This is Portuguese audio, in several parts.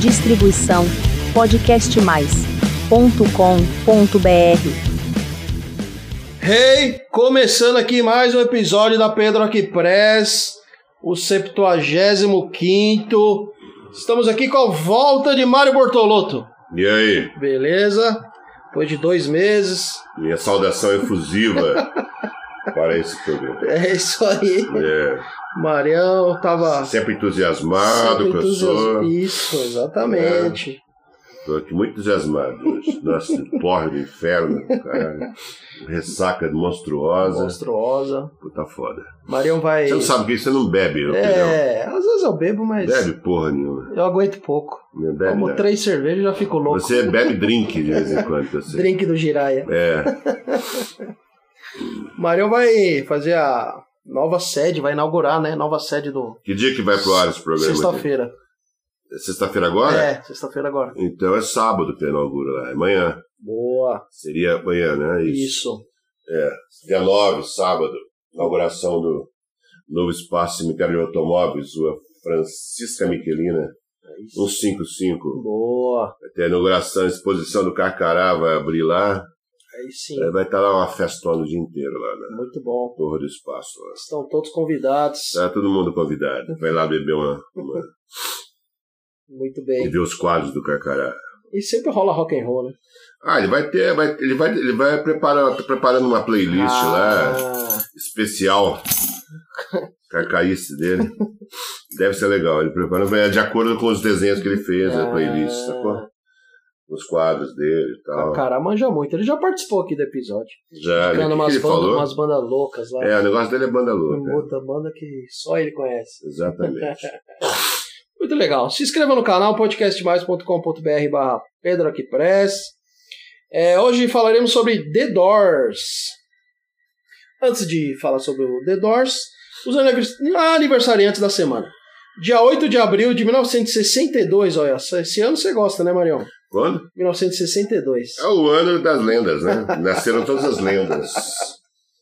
Distribuição podcastmais.com.br Hey, começando aqui mais um episódio da Pedro Aqui Press, o 75 Estamos aqui com a volta de Mário Bortolotto. E aí? Beleza? Depois de dois meses. Minha saudação efusiva para esse programa. É isso aí. É, Marião tava sempre entusiasmado, sempre professor. entusias- Isso, exatamente. Estou aqui muito entusiasmado hoje. Nossa, porra do inferno, cara. Ressaca monstruosa. Monstruosa. Puta foda. Marião vai. É, Você não sabe que é você não bebe, não, entendeu? É, às vezes eu bebo, mas Bebe porra nenhuma. eu aguento pouco. Não bebe, Como nada. três cervejas já fico louco. Você bebe drink de vez em quando. Você. Drink do Jiraya. É, Marião vai fazer a nova sede, vai inaugurar, né? Nova sede do. que dia que vai pro ar esse programa? Sexta-feira. É Sexta-feira agora? É, sexta-feira agora. Então é sábado que eu inauguro lá, é amanhã. Boa. Seria amanhã, né? Isso. É Isso. Dia 9, sábado, inauguração do novo espaço cemitério de automóveis, rua Francisca Miquelina, É isso. 155. Boa. Vai ter a inauguração, a exposição do Carcará vai abrir lá. Aí sim. Aí vai estar lá uma festona o dia inteiro lá na Muito bom. Torre do Espaço. Lá. Estão todos convidados. Tá todo mundo convidado. Vai lá beber uma, uma Muito e bem. ver os quadros do Carcará. E sempre rola rock and roll, né? Ah, ele vai ter, vai- ele vai, ele vai preparar, tá preparando uma playlist lá ah, especial. Carcaíce dele. Deve ser legal. Ele preparou vai de acordo com os desenhos que ele fez, a É. playlist, sacou? Os quadros dele e Ah, tal. o cara manja muito. Ele já participou aqui do episódio. Já, né? O Tocando que que umas ele bandas falou? umas bandas loucas lá. É, o negócio dele é banda Uma louca. outra banda que só ele conhece. Exatamente. Muito legal. Se inscreva no canal podcastmais.com.br barra Pedro Aqui Press. É, hoje falaremos sobre The Doors. Antes de falar sobre o The Doors, os anivers- aniversariantes da semana. Dia 8 de abril de 1962, olha, esse ano você gosta, né, Marião? Quando? 1962. É o ano das lendas, né? Nasceram todas as lendas.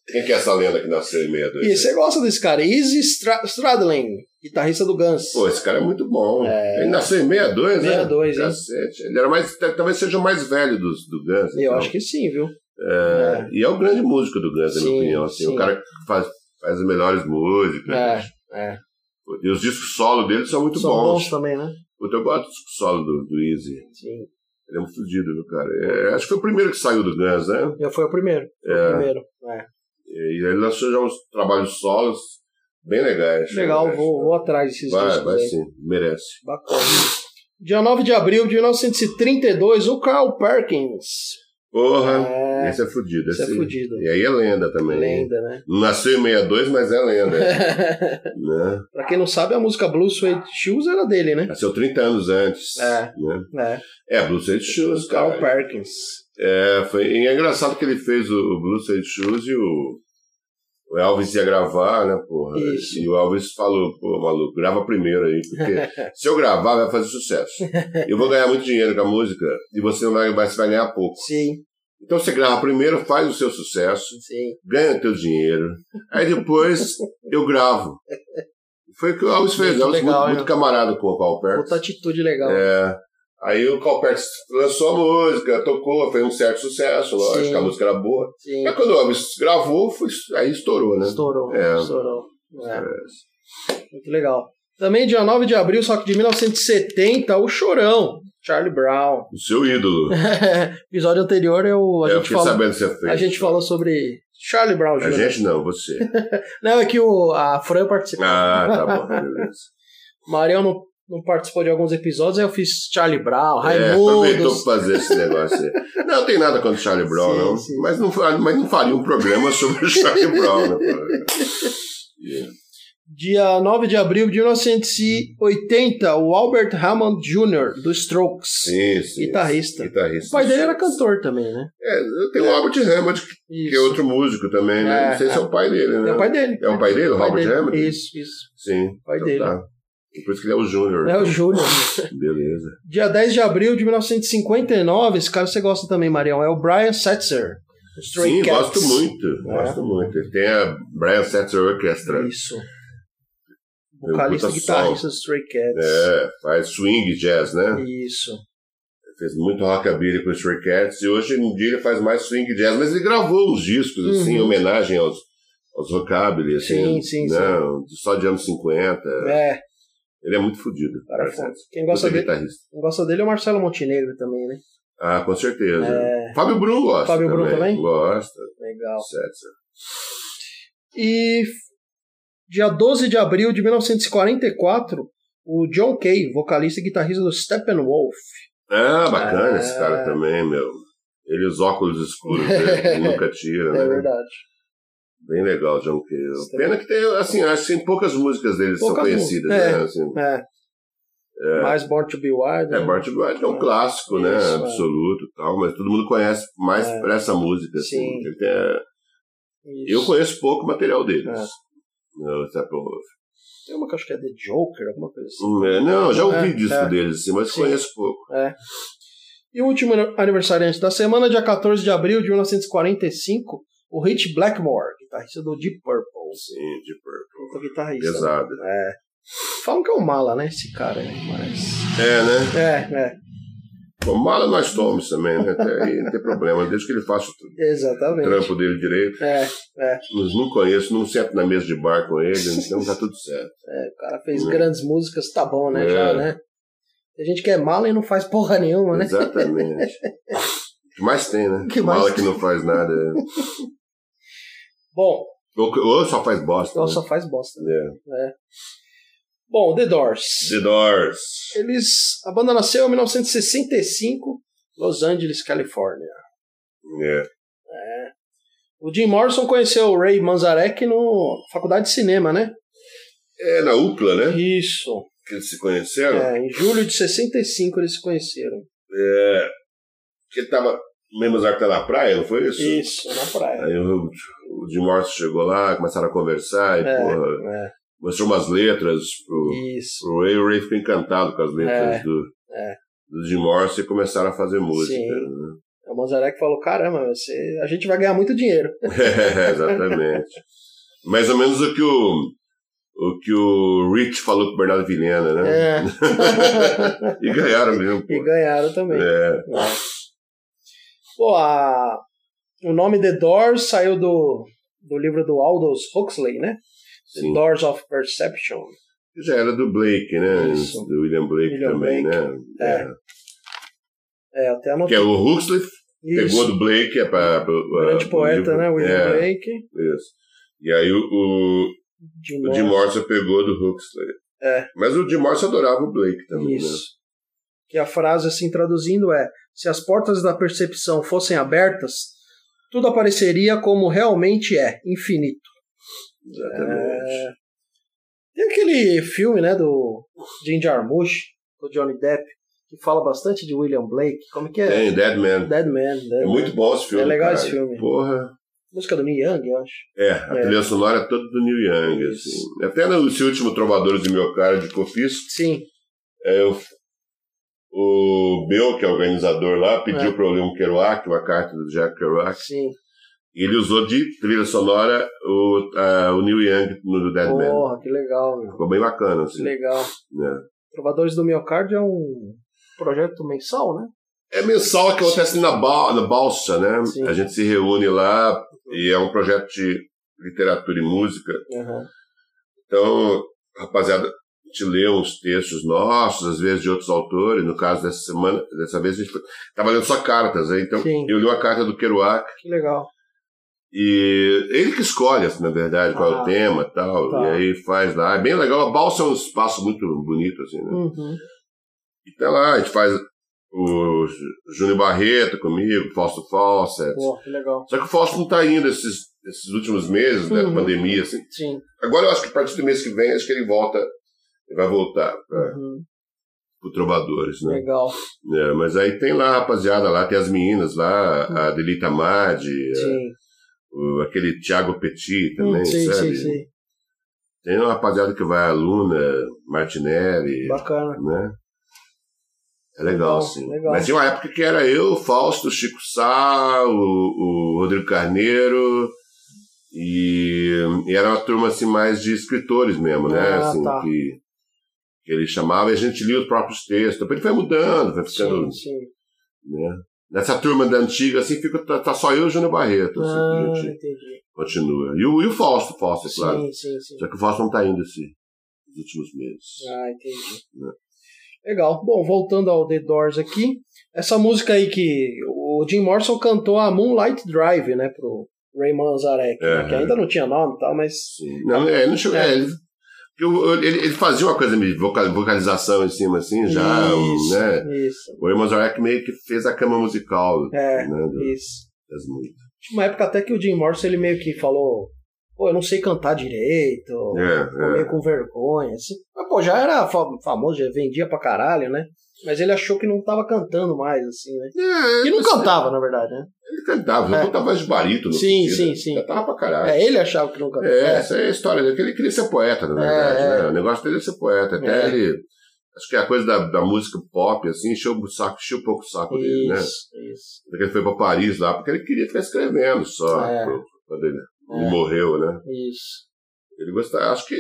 Quem que é essa lenda que nasceu em E 62? você gosta desse cara, Izzy Stra- Stradlin, guitarrista do Guns. Pô, esse cara é muito bom. Ele nasceu em 62, né? 62, hein? Cacete. Ele era mais, talvez seja o mais velho dos, do Guns. Eu então. acho que sim, viu? É, E é o grande músico do Guns, na Sim, minha opinião. Assim, sim. o cara que faz, faz as melhores músicas. É, é. E os discos solo dele são muito São bons. bons também, né? Puta, Eu gosto do disco solo do, do Easy. Sim. Ele é um fudido, viu, cara? É, acho que foi o primeiro que saiu do Guns, né? Já foi o primeiro. Foi o É. primeiro. é. E ele lançou já uns trabalhos solos bem legais. Legal, legais. vou, vou atrás desses Vai, discos vai aí. sim, merece. Bacana. Dia 9 de abril de 1932, o Carl Perkins. Porra, É, esse é fudido. esse é esse- fudido. E aí é lenda também. Lenda, né? Não Nasceu em 62, mas é lenda. né? pra quem não sabe, a música Blue Suede Shoes era dele, né? Nasceu 30 anos antes. É. Né? É, É, Blue Sage Shoes, Carl cara. Perkins. É, foi, e é engraçado que ele fez o, o Blue Sage Shoes e o, o Elvis ia gravar, né, porra? Isso. E o Elvis falou, pô, maluco, grava primeiro aí, porque se eu gravar vai fazer sucesso. Eu vou ganhar muito dinheiro com a música e você não vai, vai- você vai ganhar pouco. Sim, Então você grava primeiro, faz o seu sucesso, sim. ganha o teu dinheiro, aí depois eu gravo. Foi o que o Elvis fez, Muito o Elvis legal, muito, né? muito camarada com o Paul Perkins. Outra atitude legal. É. Aí o Calpert lançou a música, tocou, fez um certo sucesso, lógico, Sim. a música era boa. Sim. Aí quando o Elvis gravou, foi- aí estourou, né? Estourou. É. Estourou. É, muito legal. Também dia 9 de abril, só que de 1970, o Chorão, Charlie Brown. O seu ídolo. É, Episódio anterior eu, a eu gente fiquei falou sabendo que você fez. A gente falou sobre Charlie Brown A Jr. gente não, você. Não, é que o, a Fran participou. Ah, tá bom, beleza. Marião não, não participou de alguns episódios, aí eu fiz Charlie Brown, É, aproveitou Raimundos. pra fazer esse negócio aí. Não tem nada contra o Charlie Brown, Sim, não. sim. Mas, não. fa- mas não faria um programa sobre o Charlie Brown, né? pô? Dia 9 de abril de 1980, o Albert Hammond Jr., do Strokes. Sim, sim. Guitarrista. Guitarrista. O pai dele era cantor também, né? É, tem o Albert Hammond, que é Isso. outro músico também, né? Não sei se é o pai dele, né? É o pai dele. É o pai dele, o Robert Hammond? Isso, isso. Sim. Pai dele. Tá. Por isso que ele é o Júnior. É o Júnior. Beleza. Dia 10 de abril de 1959, esse cara você gosta também, Marião, é o Brian Setzer. do Stray Sim, Cats. gosto muito. É. Gosto muito. Tem a Brian Setzer Orchestra. Isso. vocalista e puta guitarrista do Stray Cats. É, faz swing jazz, né? Isso. Fez muito rockabilly com os Stray Cats e hoje em dia ele faz mais swing jazz, mas ele gravou uns discos, assim, em Uhum. homenagem aos, aos rockabilly, Sim, assim. sim, né? Só de anos 50. É, Ele é muito fodido. cara, Marcelo. foda. Quem Puta gosta dele, guitarrista. quem gosta dele é o Marcelo Montenegro também, né? Ah, com certeza. É. Fábio Brum gosta. Fábio Brum também? Gosta. Legal. Setzer. E dia 12 de abril de 1944, o John Kay, vocalista e guitarrista do Steppenwolf. Ah, bacana É. esse cara também, meu. Ele e os óculos escuros dele, que nunca tira, É né? verdade. Bem legal, John Cale. Isso também. Pena que tem, assim, acho que tem poucas músicas dele que são Poucas conhecidas, músicas, né? Assim, É. Mais Born to Be Wild. é, né? Bart Bright é um clássico, né? Isso, é. Absoluto e tal, mas todo mundo conhece mais É. por essa música, assim. Sim. Ele tem- é, Isso. eu conheço pouco material deles. É. No Steppenwolf. Tem uma que eu acho que é The Joker, alguma coisa assim. Hum, é, Não, eu já ouvi É, disco é. deles, assim, mas Sim. conheço pouco. E o último aniversariante da semana, dia 14 de abril de 1945, o Rich Blackmore, guitarrista do Deep Purple. Sim, de Purple. Puta guitarrista. assim, tipo, é Pesado. É. Falam que é um mala, né, esse cara aí, mas... É, né? É, Bom, mala nós tomamos também, né? Até aí não tem problema, desde que ele faça o é, exatamente. trampo dele direito. É, Mas não conheço, não sento na mesa de bar com ele, então tá tudo certo. é, o cara fez Hum. grandes músicas, tá bom, né, É. já, né? Tem gente que é mala e não faz porra nenhuma, né? Exatamente. O que mais tem, né? O que mais Mala que tem? não faz nada. Bom, Ou, ou só faz bosta. então né? só faz bosta. É. Bom, The Doors. The Doors. Eles, a banda nasceu em 1965, Los Angeles, Califórnia. É. O Jim Morrison conheceu o Ray Manzarek no Faculdade de Cinema, né? É na UCLA, né? Isso. Que eles se conheceram. É. É, em julho de 65 eles se conheceram. Que ele tava. Mesmo que tá na praia, não foi isso? Isso, na praia. Aí o, o Jim Morrison chegou lá, começaram a conversar e, É, porra, é. mostrou umas letras pro, Isso. pro Ray. O Ray ficou encantado com as letras É, do, é. do Jim Morrison e começaram a fazer música. Sim. né? É O Manzarek falou: caramba, você, a gente vai ganhar muito dinheiro. É, exatamente. Mais ou menos o que o, o que o Rich falou com o Bernardo Vilhena, né? É. E ganharam mesmo. e pô. ganharam também. É, Pô, a- o nome The Doors saiu do, do livro do Aldous Huxley, né? The sim. Doors of Perception. Já era do Blake, né? Isso. Do William Blake William também, né? É. É, até Que anotei. é o Huxley pegou Isso. do Blake, é pra, pra, O grande pra- poeta, pro livro. né? William é, Blake. Isso. E aí o, o, Jim o Jim Morrison. Morrison pegou do Huxley. É. Mas o Jim Morrison adorava o Blake também, né? Isso. Que a frase, assim, traduzindo é: se as portas da percepção fossem abertas, tudo apareceria como realmente é, infinito. é. Exatamente. Tem aquele filme, né, do Jim Jarmusch, do Johnny Depp, que fala bastante de William Blake. Como que é? Tem Dead Man. Dead Man. Dead É muito Man. bom esse filme. É legal esse cara. filme. Porra. Música do Neil Young, eu acho. É, a É. trilha sonora é toda do Neil Young, assim. Até nesse último Trovadores de Miocárdio que eu fiz, Sim. é, eu- o meu, que é organizador lá, pediu É. para eu ler um Kerouac, uma carta do Jack Kerouac, Sim. e ele usou de trilha sonora o, a- o Neil Young no Dead Man. Porra, que legal, meu. Ficou bem Que bacana, assim. legal. né? Trovadores do Miocárdio é um projeto mensal, né? É mensal que acontece na, ba- na Balsa, né? Sim. A gente se reúne lá e é um projeto de literatura e música Então, rapaziada, a gente lê uns textos nossos, às vezes de outros autores. No caso dessa semana, dessa vez a gente foi- tava lendo só cartas, né? Então, Sim. eu li uma carta do Kerouac Que legal. e ele que escolhe, assim, na verdade, qual é Ah, o tema e tal. tá. E aí faz lá. É bem legal. A balsa é um espaço muito bonito, assim, né? Uhum. E tá lá, a gente faz o Júnior Barreto comigo, Fausto Fawcett. Porra, que legal. Só que o Fausto não tá indo esses, esses últimos meses da Uhum. pandemia, assim. Sim. Agora eu acho que a partir do mês que vem, acho que ele volta, ele vai voltar pra, Uhum. pro Trovadores, né? Legal. É, mas aí tem lá a rapaziada, lá tem as meninas lá, a Delita Mad, Uhum. Sim. o- aquele Thiago Petit também, Hum, sim, sabe? sim, sim. Tem uma rapaziada que vai a Luna, Martinelli, Bacana. né? É legal, Legal, sim. legal. Mas tinha uma época que era eu, o Fausto, o Chico Sá, o, o Rodrigo Carneiro E, e era uma turma assim, mais de escritores mesmo, né? Ah, assim, tá. que, que ele chamava e a gente lia os próprios textos. Depois ele foi mudando, foi Tá ficando. Sim, sim. Né? Nessa turma da antiga, assim, fica, tá, tá só eu e o Júnior Barreto. Assim, que a Ah, gente entendi. continua. E o, e o Fausto, Fausto, é claro. Sim, sim, sim. Só que o Fausto não tá indo esse, nos últimos meses. Ah, entendi. né? Legal. Bom, voltando ao The Doors aqui. Essa música aí que o Jim Morrison cantou a Moonlight Drive, né, pro Ray Manzarek, né, É. que ainda não tinha nome e tal, mas... Sim. Não, é, não chegou. é, ele, porque o- ele, ele fazia uma coisa meio voca- vocalização em cima, assim, já, um, isso, né? Isso, O Eman Zorek meio que fez a cama musical É, né, do- isso. das músicas. Tinha uma época até que o Jim Morrison, ele meio que falou, pô, eu não sei cantar direito, ficou É, é. meio com vergonha, assim. Mas, pô, já era fa- famoso, já vendia pra caralho, né? Mas ele achou que não tava cantando mais, assim, né? É, E não mas cantava, na verdade, né? Ele cantava, ele É. cantava voz de barito. no Sim, sentido, sim, ele sim. Cantava pra caralho. É. É, ele achava que não cantava. essa é a história dele, que ele queria ser poeta, na verdade. é. né? O negócio dele é ser poeta. Até É. ele. Acho que a coisa da, da música pop, assim, encheu o saco, encheu um pouco o saco dele, né? Isso, isso. Porque ele foi pra Paris lá, porque ele queria ficar escrevendo só. É. pô, Quando ele, ele É. morreu, né? Isso. Ele gostava. Acho que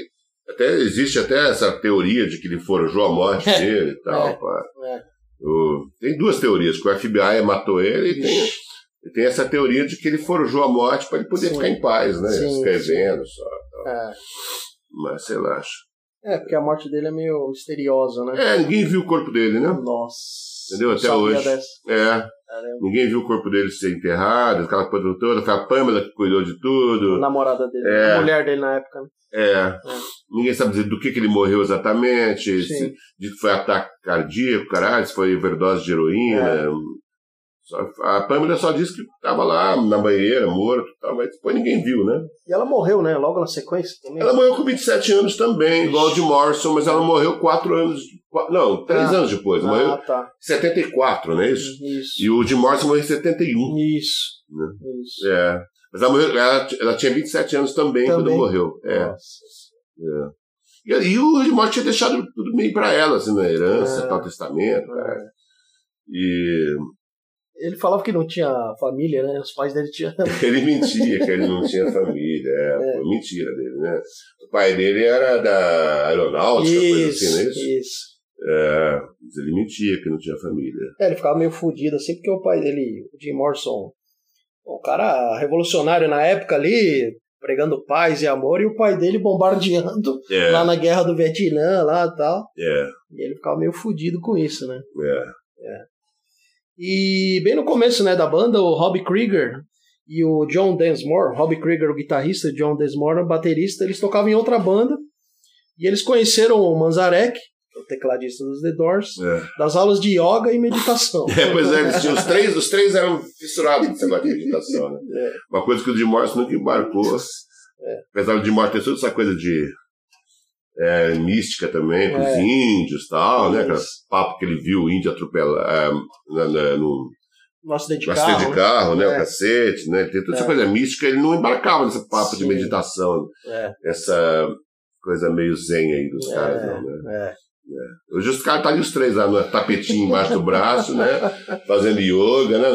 até existe até essa teoria de que ele forjou a morte dele e tal. É, pá. é. O- tem duas teorias, que o FBI matou ele e tem, Ixi, e tem essa teoria de que ele forjou a morte para ele poder Sim. ficar em paz, né? Sim, Escrevendo só. é. Mas sei lá. acho. É, porque a morte dele é meio misteriosa, né? É, ninguém viu o corpo dele, né? Nossa. Entendeu? não Até sabia hoje. dessa. É. Caramba. Ninguém viu o corpo dele ser enterrado, aquela coisa toda. Foi a Pamela que cuidou de A tudo. namorada dele, É. a mulher dele na época. né? É. Ninguém sabe dizer do que, que ele morreu exatamente. se- Sim. Diz que foi ataque cardíaco, caralho, se foi overdose de É. heroína. um, Só- a Pamela só disse que tava lá na banheira, morto e tal, mas depois ninguém viu, né? E ela morreu, né? Logo na sequência também. Ela morreu com 27 anos também, igual o de Morrison, mas ela morreu 4 anos. qua- Não, 3 Ah. anos depois. Morreu Ah, tá. em 74, não é isso? Isso. E Né? o de Morrison morreu em 71. Isso. Isso. É. Mas ela, morreu, ela, ela tinha 27 anos também, quando Também. morreu. É. Nossa. E, e o de Morrison tinha deixado tudo meio pra ela, assim, na herança, É. tal testamento. Cara. É. E Ele falava que não tinha família, né? Os pais dele tinham. Ele mentia que ele não tinha família. É, Foi mentira dele, né? O pai dele era da aeronáutica, coisa assim, não é isso? isso. É, mas ele mentia que não tinha família. É, ele ficava meio fudido assim, porque o pai dele, o Jim Morrison, um cara revolucionário na época ali, pregando paz e amor, e o pai dele bombardeando É, lá na guerra do Vietnã, lá e tal. é, E ele ficava meio fudido com isso, né? é. E bem no começo, né, da banda, o Rob Krieger e o John Densmore, Rob Krieger o guitarrista e o John Densmore o baterista, eles tocavam em outra banda. E eles conheceram o Manzarek, é o tecladista dos The Doors, É. das aulas de yoga e meditação. É, pois é, eles tinham os três, os três eram fissurados nesse negócio de meditação, né? É. Uma coisa que o Jim Morrison nunca embarcou. Apesar do Jim Morrison ter toda essa coisa de é, mística também, com os É. índios e tal, né? Aquele Isso. papo que ele viu o índio atropelar é, na- na- no, No acidente de Gastei carro. de carro, né? O É. cacete, né? Tem toda essa É. coisa mística, ele não embarcava nesse papo de Sim. meditação, É, essa coisa meio zen aí dos É. caras, não, né? é. Hoje os caras tá ali os três lá no tapetinho embaixo do braço, né? Fazendo yoga, né?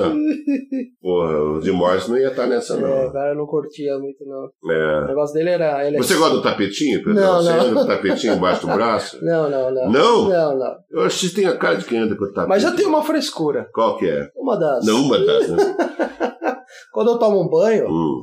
Porra, o de Morris não ia estar nessa, É, o não. cara não curtia muito, não. É. O negócio dele era. Ele Você gosta do tapetinho, Pedro? Não, Você não. anda com o tapetinho embaixo do braço? Não, não, não. Não? Não, não. Eu acho que você tem a cara de quem anda com o tapete. Mas eu tenho uma frescura. Qual que é? Uma das. Não, uma das, né? Quando eu tomo um banho, Hum.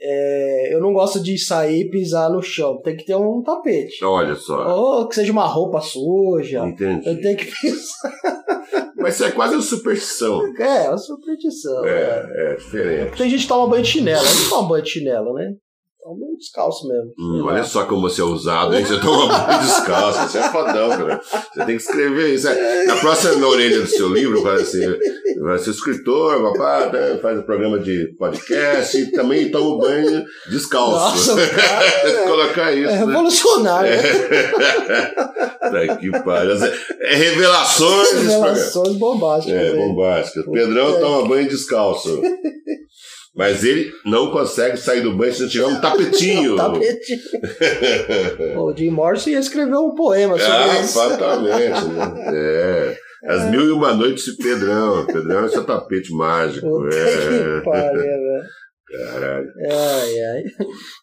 é, eu não gosto de sair e pisar no chão. Tem que ter um tapete. Olha só. Ou que seja uma roupa suja. Eu Entendi. tenho que pisar. Mas isso é quase uma superstição. É, é uma superstição. né? É, é diferente. Tem gente que toma banho de chinelo. Eu não tomo banho de chinelo, né? Toma descalço mesmo. Hum, olha só como você é ousado, hein? Você toma banho descalço, você é fodão, cara. Você tem que escrever isso. é. Na próxima na orelha do seu livro, vai ser, vai ser escritor, papá, né? faz um programa de podcast e também toma um banho descalço. Nossa, o cara Tem que colocar é, isso, é né? revolucionário. né? Tá que pariu. É revelações desse programa. Revelações bombásticas. É, né? bombástica. Pedrão toma banho descalço. Mas ele não consegue sair do banho se não tiver um tapetinho. Tapete. o Jim Morrison ia escrever um poema sobre Ah, isso. fatalmente, né? É. As mil e uma noites de Pedrão. Pedrão é seu tapete mágico. Puta É. que pariu, velho. Caralho. Ai, ai.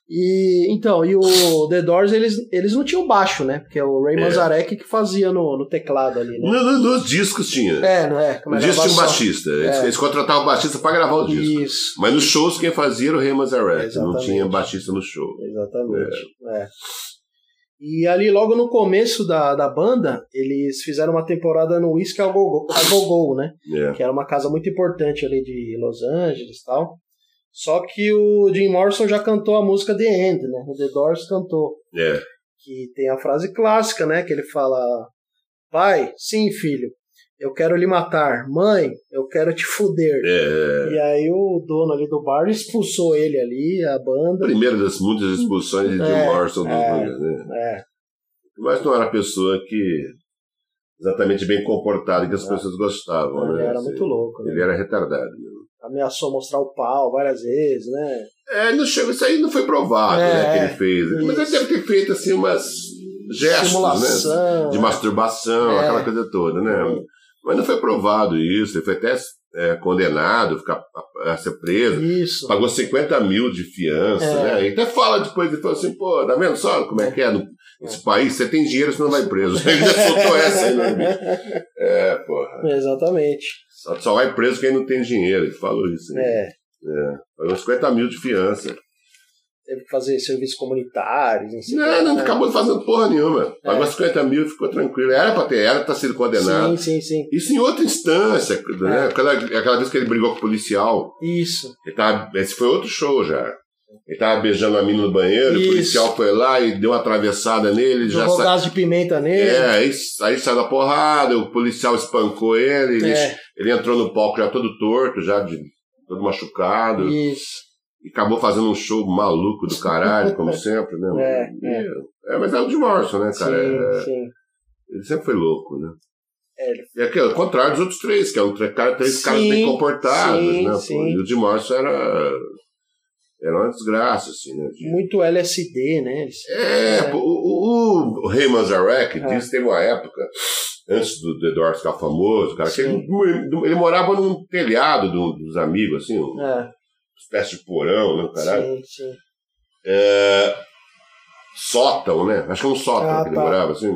E, então, e o The Doors, eles, eles não tinham baixo, né? Porque é o Ray É. Manzarek que fazia no, no teclado ali, né? No- no- nos discos tinha. É, não é? Como No era disco tinha um gravação. baixista. Eles, eles contratavam o baixista pra gravar o disco. Isso, Mas nos shows quem fazia era o Ray Manzarek. Não Exatamente. tinha baixista no show. exatamente. é. E ali, logo no começo da, da banda, eles fizeram uma temporada no Whisky a Go Go, né? É. que era uma casa muito importante ali de Los Angeles e tal. Só que o Jim Morrison já cantou a música The End, né? O The Doors cantou. É. Que tem a frase clássica, né? Que ele fala: Pai, sim, filho, eu quero lhe matar. Mãe, eu quero te fuder. é. E aí o dono ali do bar expulsou ele ali, a banda. Primeira das muitas expulsões de Jim É, Morrison dos é. programas, né? É, Mas não era a pessoa que exatamente bem comportada que as pessoas gostavam, É. ele né? era Assim, muito louco. Né? Ele era retardado. né? Ameaçou mostrar o pau várias vezes, né? É, ele não chegou, isso aí não foi provado, É, né, que ele fez. Mas ele isso. deve ter feito assim umas gestos, né? Simulação. De masturbação, É. aquela coisa toda, né? É. Mas não foi provado isso, ele foi até é, condenado, ficar a, a ser preso. Isso. Pagou 50 mil de fiança, É. né? E até fala depois, ele falou assim, pô, tá vendo só como é que é? No, esse país, você tem dinheiro, você não vai preso. Ele já soltou essa aí, né? É, porra. Exatamente. Só, só vai preso quem não tem dinheiro. Ele falou isso. Né? É. Pagou 50 mil de fiança. teve que fazer serviços comunitários, não sei o Não, que, não né? acabou fazendo porra nenhuma. Pagou É. 50 mil e ficou tranquilo. Era pra ter, era tá sendo condenado. Sim, É. sim, sim. Isso em outra instância, né? Aquela, aquela vez que ele brigou com o policial, Isso. ele tava, esse foi outro show já. Ele tava beijando a mina no banheiro, Isso. o policial foi lá e deu uma atravessada nele, ele já Jogou saiu. gás de pimenta nele. É, aí, aí saiu da porrada, o policial espancou ele, ele É, Ele entrou no palco já todo torto, já de, todo machucado, isso. e acabou fazendo um show maluco do caralho, como sempre, né? mano? É, E- é, mas é o de Morrison, né, cara? É, sim, sim. ele sempre foi louco, né? É, ele- E aqui, ao contrário dos outros três, que é um tre- cara, três Sim, caras bem comportados, sim, né? pô? sim. E o de Morrison era, era uma desgraça, assim, né? de- Muito LSD, né? Eles- É, pô, o, o, o Ray Manzarek É. disse que teve uma época, antes do The Doors ficar famoso, cara, que Sim. ele, ele morava num telhado de um- dos amigos, assim, um- É, espécie de porão, né? Caralho. sim, sim. Sótão, né? Acho que é um sótão Ah, que ele tá. morava, assim.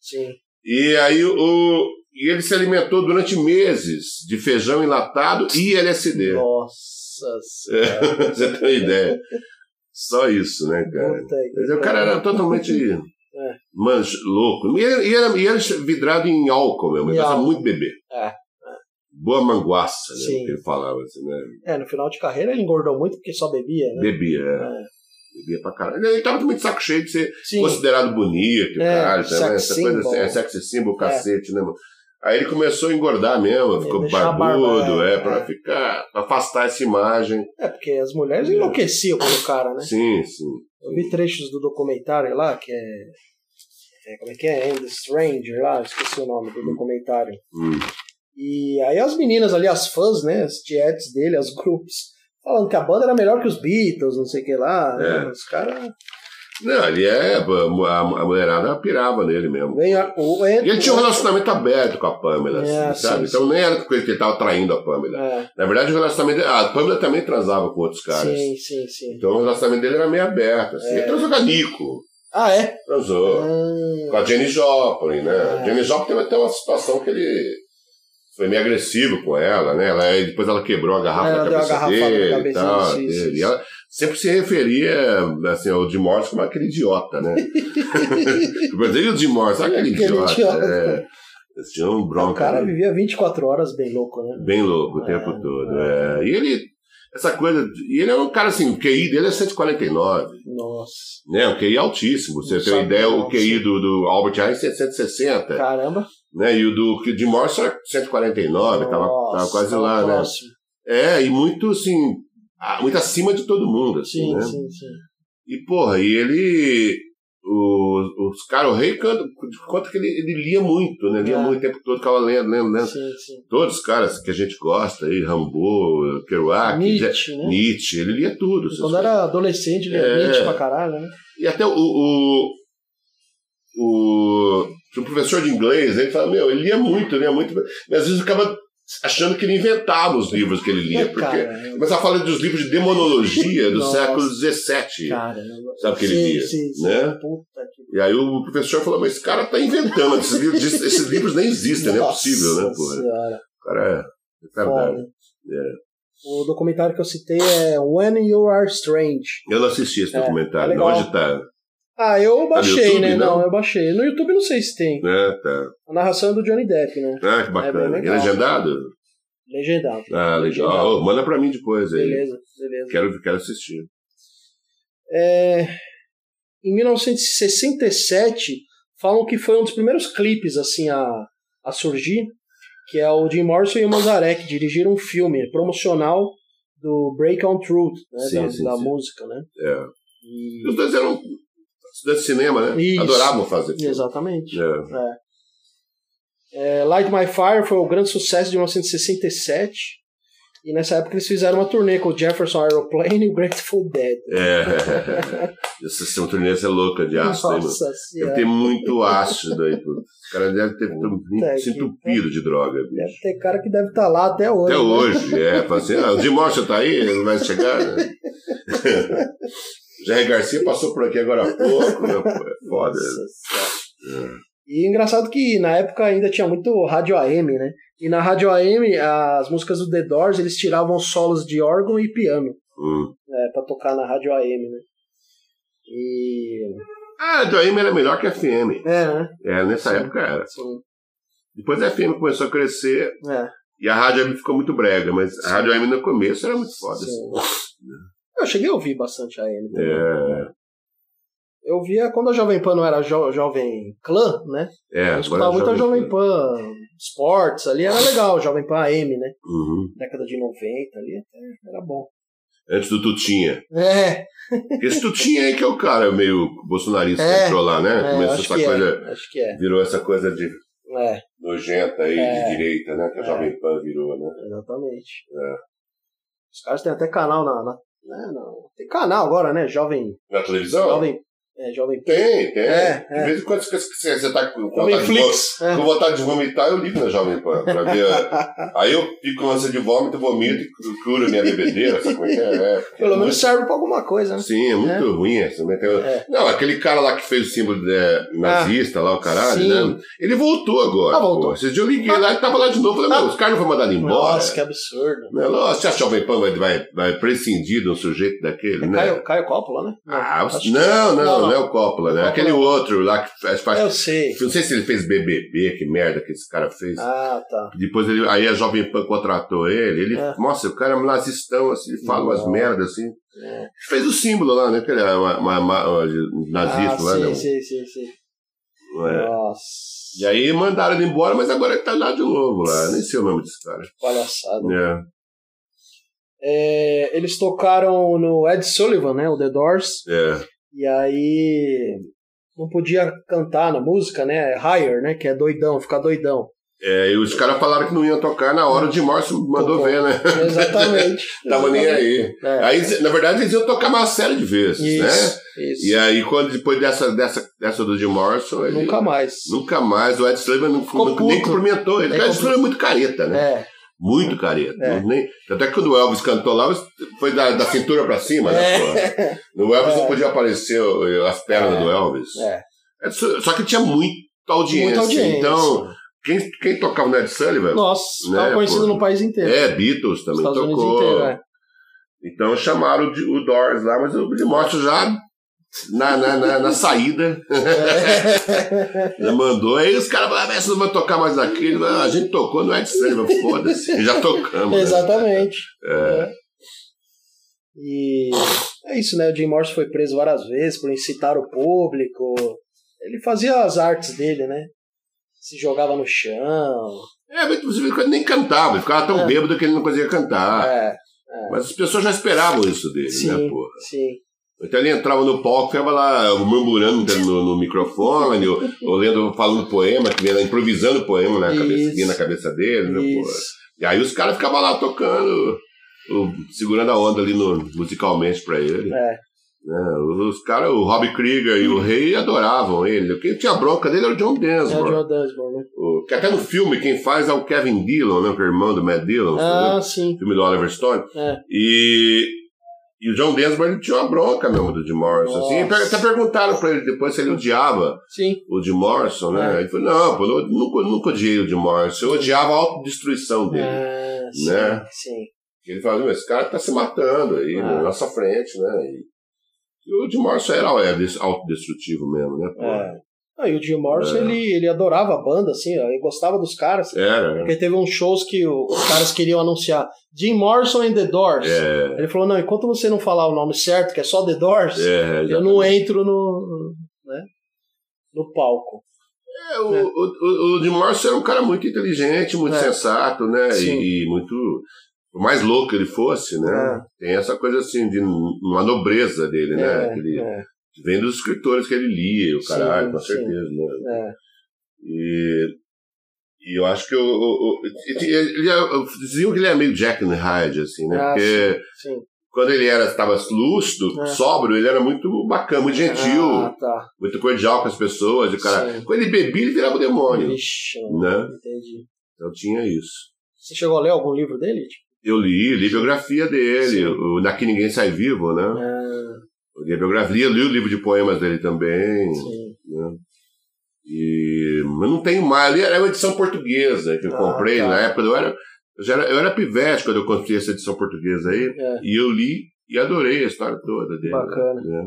Sim. E aí o. E ele se alimentou durante meses de feijão enlatado e LSD. Nossa É, senhora. pra você tem uma ideia. Só isso, né, cara? Puta Mas que o cara era totalmente É. manch, louco. E ele, e era, e era vidrado em álcool mesmo. Ele Em gostava álcool. muito de beber. É. Boa manguaça, né? Sim. Que ele falava assim, né? É, no final de carreira ele engordou muito porque só bebia, né? Bebia, é. É. Bebia pra caralho. Ele tava muito saco cheio de ser Sim. considerado bonito, É, caralho, sex também, essa coisa symbol. assim, é sexy symbol, cacete, né, mano? Aí ele começou a engordar mesmo, É, ficou deixar a barba, barbudo, é, é, pra é. ficar, pra afastar essa imagem. É, porque as mulheres enlouqueciam pelo cara, né? Sim, sim. Eu vi trechos do documentário lá, que é. é, como é que é? And the Stranger lá, esqueci o nome do documentário. Hum. E aí as meninas ali, as fãs, né? As tietes dele, as grupos, falando que a banda era melhor que os Beatles, não sei o que lá. né, É. Os caras. Não, ele é, a, a mulherada pirava nele mesmo. Vem a- o E ele tinha um relacionamento aberto com a Pamela, assim, É, sabe? sim, então nem era coisa que ele tava traindo a Pamela. É, Na verdade, o relacionamento. ah, A Pamela também transava com outros caras. sim, sim, sim. Então o relacionamento dele era meio aberto, assim. Ele transou com a Nico, Ah, é? transou. Ah, com a Jenny Joplin, né? É. Jenny Joplin teve até uma situação que ele foi meio agressivo com ela, né? Ela, aí depois ela quebrou a garrafa É, Ela na deu a cabeça garrafada dele na e cabeça, tal. isso, isso, dele. E isso. ela sempre se referia assim, ao Jim Morrison como aquele idiota, né? Mas ele e o Jim Morrison, aquele, Aquele idiota. idiota. É. Eles tinham o bronca. cara né? vivia 24 horas bem louco, né? Bem louco o tempo É, todo. é. E ele... Essa coisa... de- E ele é um cara assim, o QI dele é 149, Nossa. né? O QI altíssimo. Você Não tem uma sabia, ideia, o não. QI do, do Albert Einstein é 160 Caramba. né? E o do que de Morrison era 149, tava, tava Nossa, quase lá, né? próximo. É, e muito assim, a- muito acima de todo mundo, assim, Sim, né? sim, sim. E porra, e ele o- os caras, o rei canta, conta que ele, ele lia muito, né? Lia É. muito o tempo todo, ficava lendo, lendo, lendo. Sim, sim. Todos os caras que a gente gosta aí, Rambo, Kerouac, Je- Nietzsche, né? Nietzsche, ele lia tudo. essas Quando era adolescente, ele era É. Nietzsche pra caralho, né? E até o. o, o tinha um professor de inglês, né, ele fala, meu, ele lia muito, lia muito, mas às vezes ficava achando que ele inventava os livros que ele lia. É, porque cara, eu- Começava a falar dos livros de demonologia do Nossa. século XVII. Caramba. Sabe o que ele né? sim, lia, Sim, sim. né? Puta que E aí o professor falou, mas esse cara tá inventando, esses livros, esses livros nem existem, não é Nossa possível, né, porra? É. Senhora, O cara é retardado. foda. O documentário que eu citei é When You Are Strange. Eu não assisti esse É, documentário, é não. legal. onde tá? Ah, eu baixei, YouTube, né? não? Não? eu baixei. No YouTube não sei se tem. É, tá. A narração é do Johnny Depp, né? Ah, que bacana. É bem é legal. legendado? Legendado. Ah, legal. Legendado. Ô, manda pra mim depois aí. Beleza, beleza. Quero, quero assistir. É, em 1967, falam que foi um dos primeiros clipes assim a, a surgir, que é o Jim Morrison e o Manzarek dirigiram um filme promocional do Break on Truth, né, Sim, da, sim, da sim. música, né? É. E- Os dois eram estudantes de cinema, né? Isso. Adoravam fazer filme. Exatamente. É. É, Light My Fire foi o grande sucesso de 1967. E nessa época eles fizeram uma turnê com o Jefferson Aeroplane e o Grateful Dead. É. Essa sintonia é louca de ácido, hein, mano? Nossa Deve senhora. ter muito ácido aí. pô. O cara deve ter Puta se que entupido de droga, bicho. Deve ter cara que deve estar lá até hoje. Até né? hoje, é. Fala assim, ah, o Dimorcha tá aí, ele vai chegar. Né? Jair Garcia passou por aqui agora há pouco, né? pô? É foda. Nossa Senhora. E engraçado que na época ainda tinha muito rádio AM, né? E na rádio AM, as músicas do The Doors, eles tiravam solos de órgão e piano Hum. né, para tocar na rádio AM, né? E... Ah, do AM era melhor que a FM. É, né? É, nessa Sim. época era. Sim. Depois a FM começou a crescer É. e a Rádio AM ficou muito brega, mas a Rádio AM no começo era muito foda. assim. Sim. Eu cheguei a ouvir bastante a ele. também. É, Eu via quando a Jovem Pan não era jo Jovem Clã, né? é. eu escutava muito a Jovem Pan Sports ali, era legal, Jovem Pan AM, né? Uhum. Década de 90 ali, até era bom. Antes do Tutinha. É, Esse Tutinha aí que é o cara meio bolsonarista É, que entrou lá, né? é, Começou acho, essa que coisa. é acho que é. Virou essa coisa de É, nojenta aí, É. de direita, né? Que a É. Jovem Pan virou, né? exatamente. é. Os caras têm até canal na. na né, não. Tem canal agora, né? Jovem. Na televisão? Jovem. É, Jovem Tem, tem. É, é. De vez em quando você, você, você tá com Jovem vontade, de, vo- Flix. É. com vontade de vomitar, eu ligo na Jovem Pan. Pra ver. a- aí eu fico com ânsia de vômito, vomito, e cu- curo minha bebedeira, sabe como é que é? É. Pelo menos serve pra alguma coisa, né? Sim, é muito É. ruim essa. né? Tem- É. Ah, Não, aquele cara lá que fez o símbolo é, nazista lá, o caralho, sim. né? Ele voltou agora. Ah, voltou. pô. Esses dias eu liguei lá e tava lá de novo. Falei, Ah. não, os caras não foram mandados embora. Né? Nossa, que absurdo. Não, Nossa, se a Jovem Pan vai, vai, vai prescindir de um sujeito daquele, né? Caio, Caio Coppola, né? Ah, É, Acho os... que- não, não, não, é o Coppola, né? Coppola É Aquele não. outro lá que faz, faz- Eu sei. Não sei se ele fez BBB, que merda que esse cara fez. Ah, tá. Depois ele, aí a Jovem Pan contratou ele. ele É. Nossa, o cara é um nazistão, assim, ele fala umas Não. merdas assim. É. Fez o símbolo lá, né? Que ele é uma, uma, uma- um nazista ah, lá, sim, né? sim, sim, sim. É. Nossa. E aí mandaram ele embora, mas agora ele tá lá de novo lá. Nem sei o nome desse cara. Palhaçada. É. É, eles tocaram no Ed Sullivan, né? O The Doors. É. E aí. Não podia cantar na música, né? Higher, né? Que é doidão, ficar doidão. É, e os caras falaram que não iam tocar na hora, o de Morso mandou Tocou. ver, né? Exatamente. Tava nem Tá aí. É. Aí, na verdade, eles iam tocar uma série de vezes, Isso, né? isso. E aí, quando depois dessa, dessa, dessa do Jim Morrison, ele Nunca mais. nunca mais, o Ed Sullivan não, Ficou nunca- nem puto. cumprimentou ele. Nem O Ed Sullivan é muito careta, né? É, Muito careta. É. Não- Nem, até que quando o Elvis cantou lá, foi da, da cintura pra cima, É. né? porra? No Elvis não podia aparecer o- as pernas É. do Elvis. é. É, só só que tinha muita audiência. Muita audiência. Então, quem, quem tocava no Ed Sullivan Nossa, Né, tava conhecido pô. no país inteiro. É, Beatles também Estados Unidos tocou. inteiro, é. Então chamaram o, D- o Doors lá, mas o Billy Morton já na, na, na, na saída já mandou. Aí os caras falaram, "Ah, você não vai tocar mais naquele. Ah, A gente tocou no Ed Sullivan, foda-se. Já tocamos. né? Exatamente. É. É. E é isso, né? O Jim Morrison foi preso várias vezes por incitar o público. Ele fazia as artes dele, né? Se jogava no chão. É, mas inclusive ele nem cantava, ele ficava tão É. bêbado que ele não conseguia cantar. é, Mas as pessoas já esperavam isso dele, né, sim, porra? sim. Então ele entrava no palco, ficava lá murmurando no, no microfone, ou, ou lendo, falando poema, que vinha lá, improvisando poema na Isso. cabeça, vinha na cabeça dele, né, porra? Isso. E aí os caras ficavam lá tocando, o- segurando a onda ali no, musicalmente pra É. ele. né? Os caras, o Rob Krieger e o Rei adoravam ele. Quem tinha bronca dele era o John É o Densmore. John Dunsmore, né? O- que até no filme quem faz é o Kevin Dillon, né? Que é o irmão do Matt Dillon. Ah, entendeu? sim. filme do Oliver Stone. É. E, e o John Densmore ele tinha uma bronca mesmo do Jim Morrison. Assim, Nossa. até perguntaram pra ele depois se ele odiava Sim. o Jim Morrison, né? É. Ele falou, não, pô, eu nunca, nunca odiei o Jim Morrison. Eu odiava a autodestruição dele. Ah, sim. Né? Sim. Ele falou, "Meu, esse cara tá se matando aí É. na nossa frente, né? E o Jim Morrison era é, autodestrutivo mesmo, né? pô? É. Ah, e o Jim Morrison, É. ele, ele adorava a banda, assim, ó, ele gostava dos caras. Era, né? Porque teve uns shows que o- os caras queriam anunciar Jim Morrison and The Doors. É, Ele falou, não, enquanto você não falar o nome certo, que é só The Doors, é, eu não entro no, né, no palco. É, o, o, o, o Jim Morrison era um cara muito inteligente, muito É. sensato, né? Sim. É. E, e muito. Por mais louco que ele fosse, né? Tem essa coisa assim de n- uma nobreza dele, né? Que ele- é, que Vem dos escritores que ele lia, o Sim, caralho, com sim. certeza, né? é. E, e eu acho que o. o, o e- e- ele é- diziam que ele é meio Jack and Hyde, assim, né? Ah, Porque Sim. quando ele era, estava lúcido, É. sóbrio, ele era muito bacana, muito gentil, Ah, tá. muito cordial com as pessoas, e o cara. Sim. Quando ele bebia, ele virava o demônio. Vixe, Né? entendi. Então tinha isso. Você chegou a ler algum livro dele? Tipo? Eu li, li a biografia Sim. dele, o Daqui Ninguém Sai Vivo, né? Ah, Eu li a biografia, li o livro de poemas dele também. sim. E eu não tenho mais, ali era uma edição portuguesa que eu Ah, comprei tá. na época, eu era, eu, já era, eu era pivete quando eu construí essa edição portuguesa aí, É. e eu li e adorei a história toda dele. Bacana. né?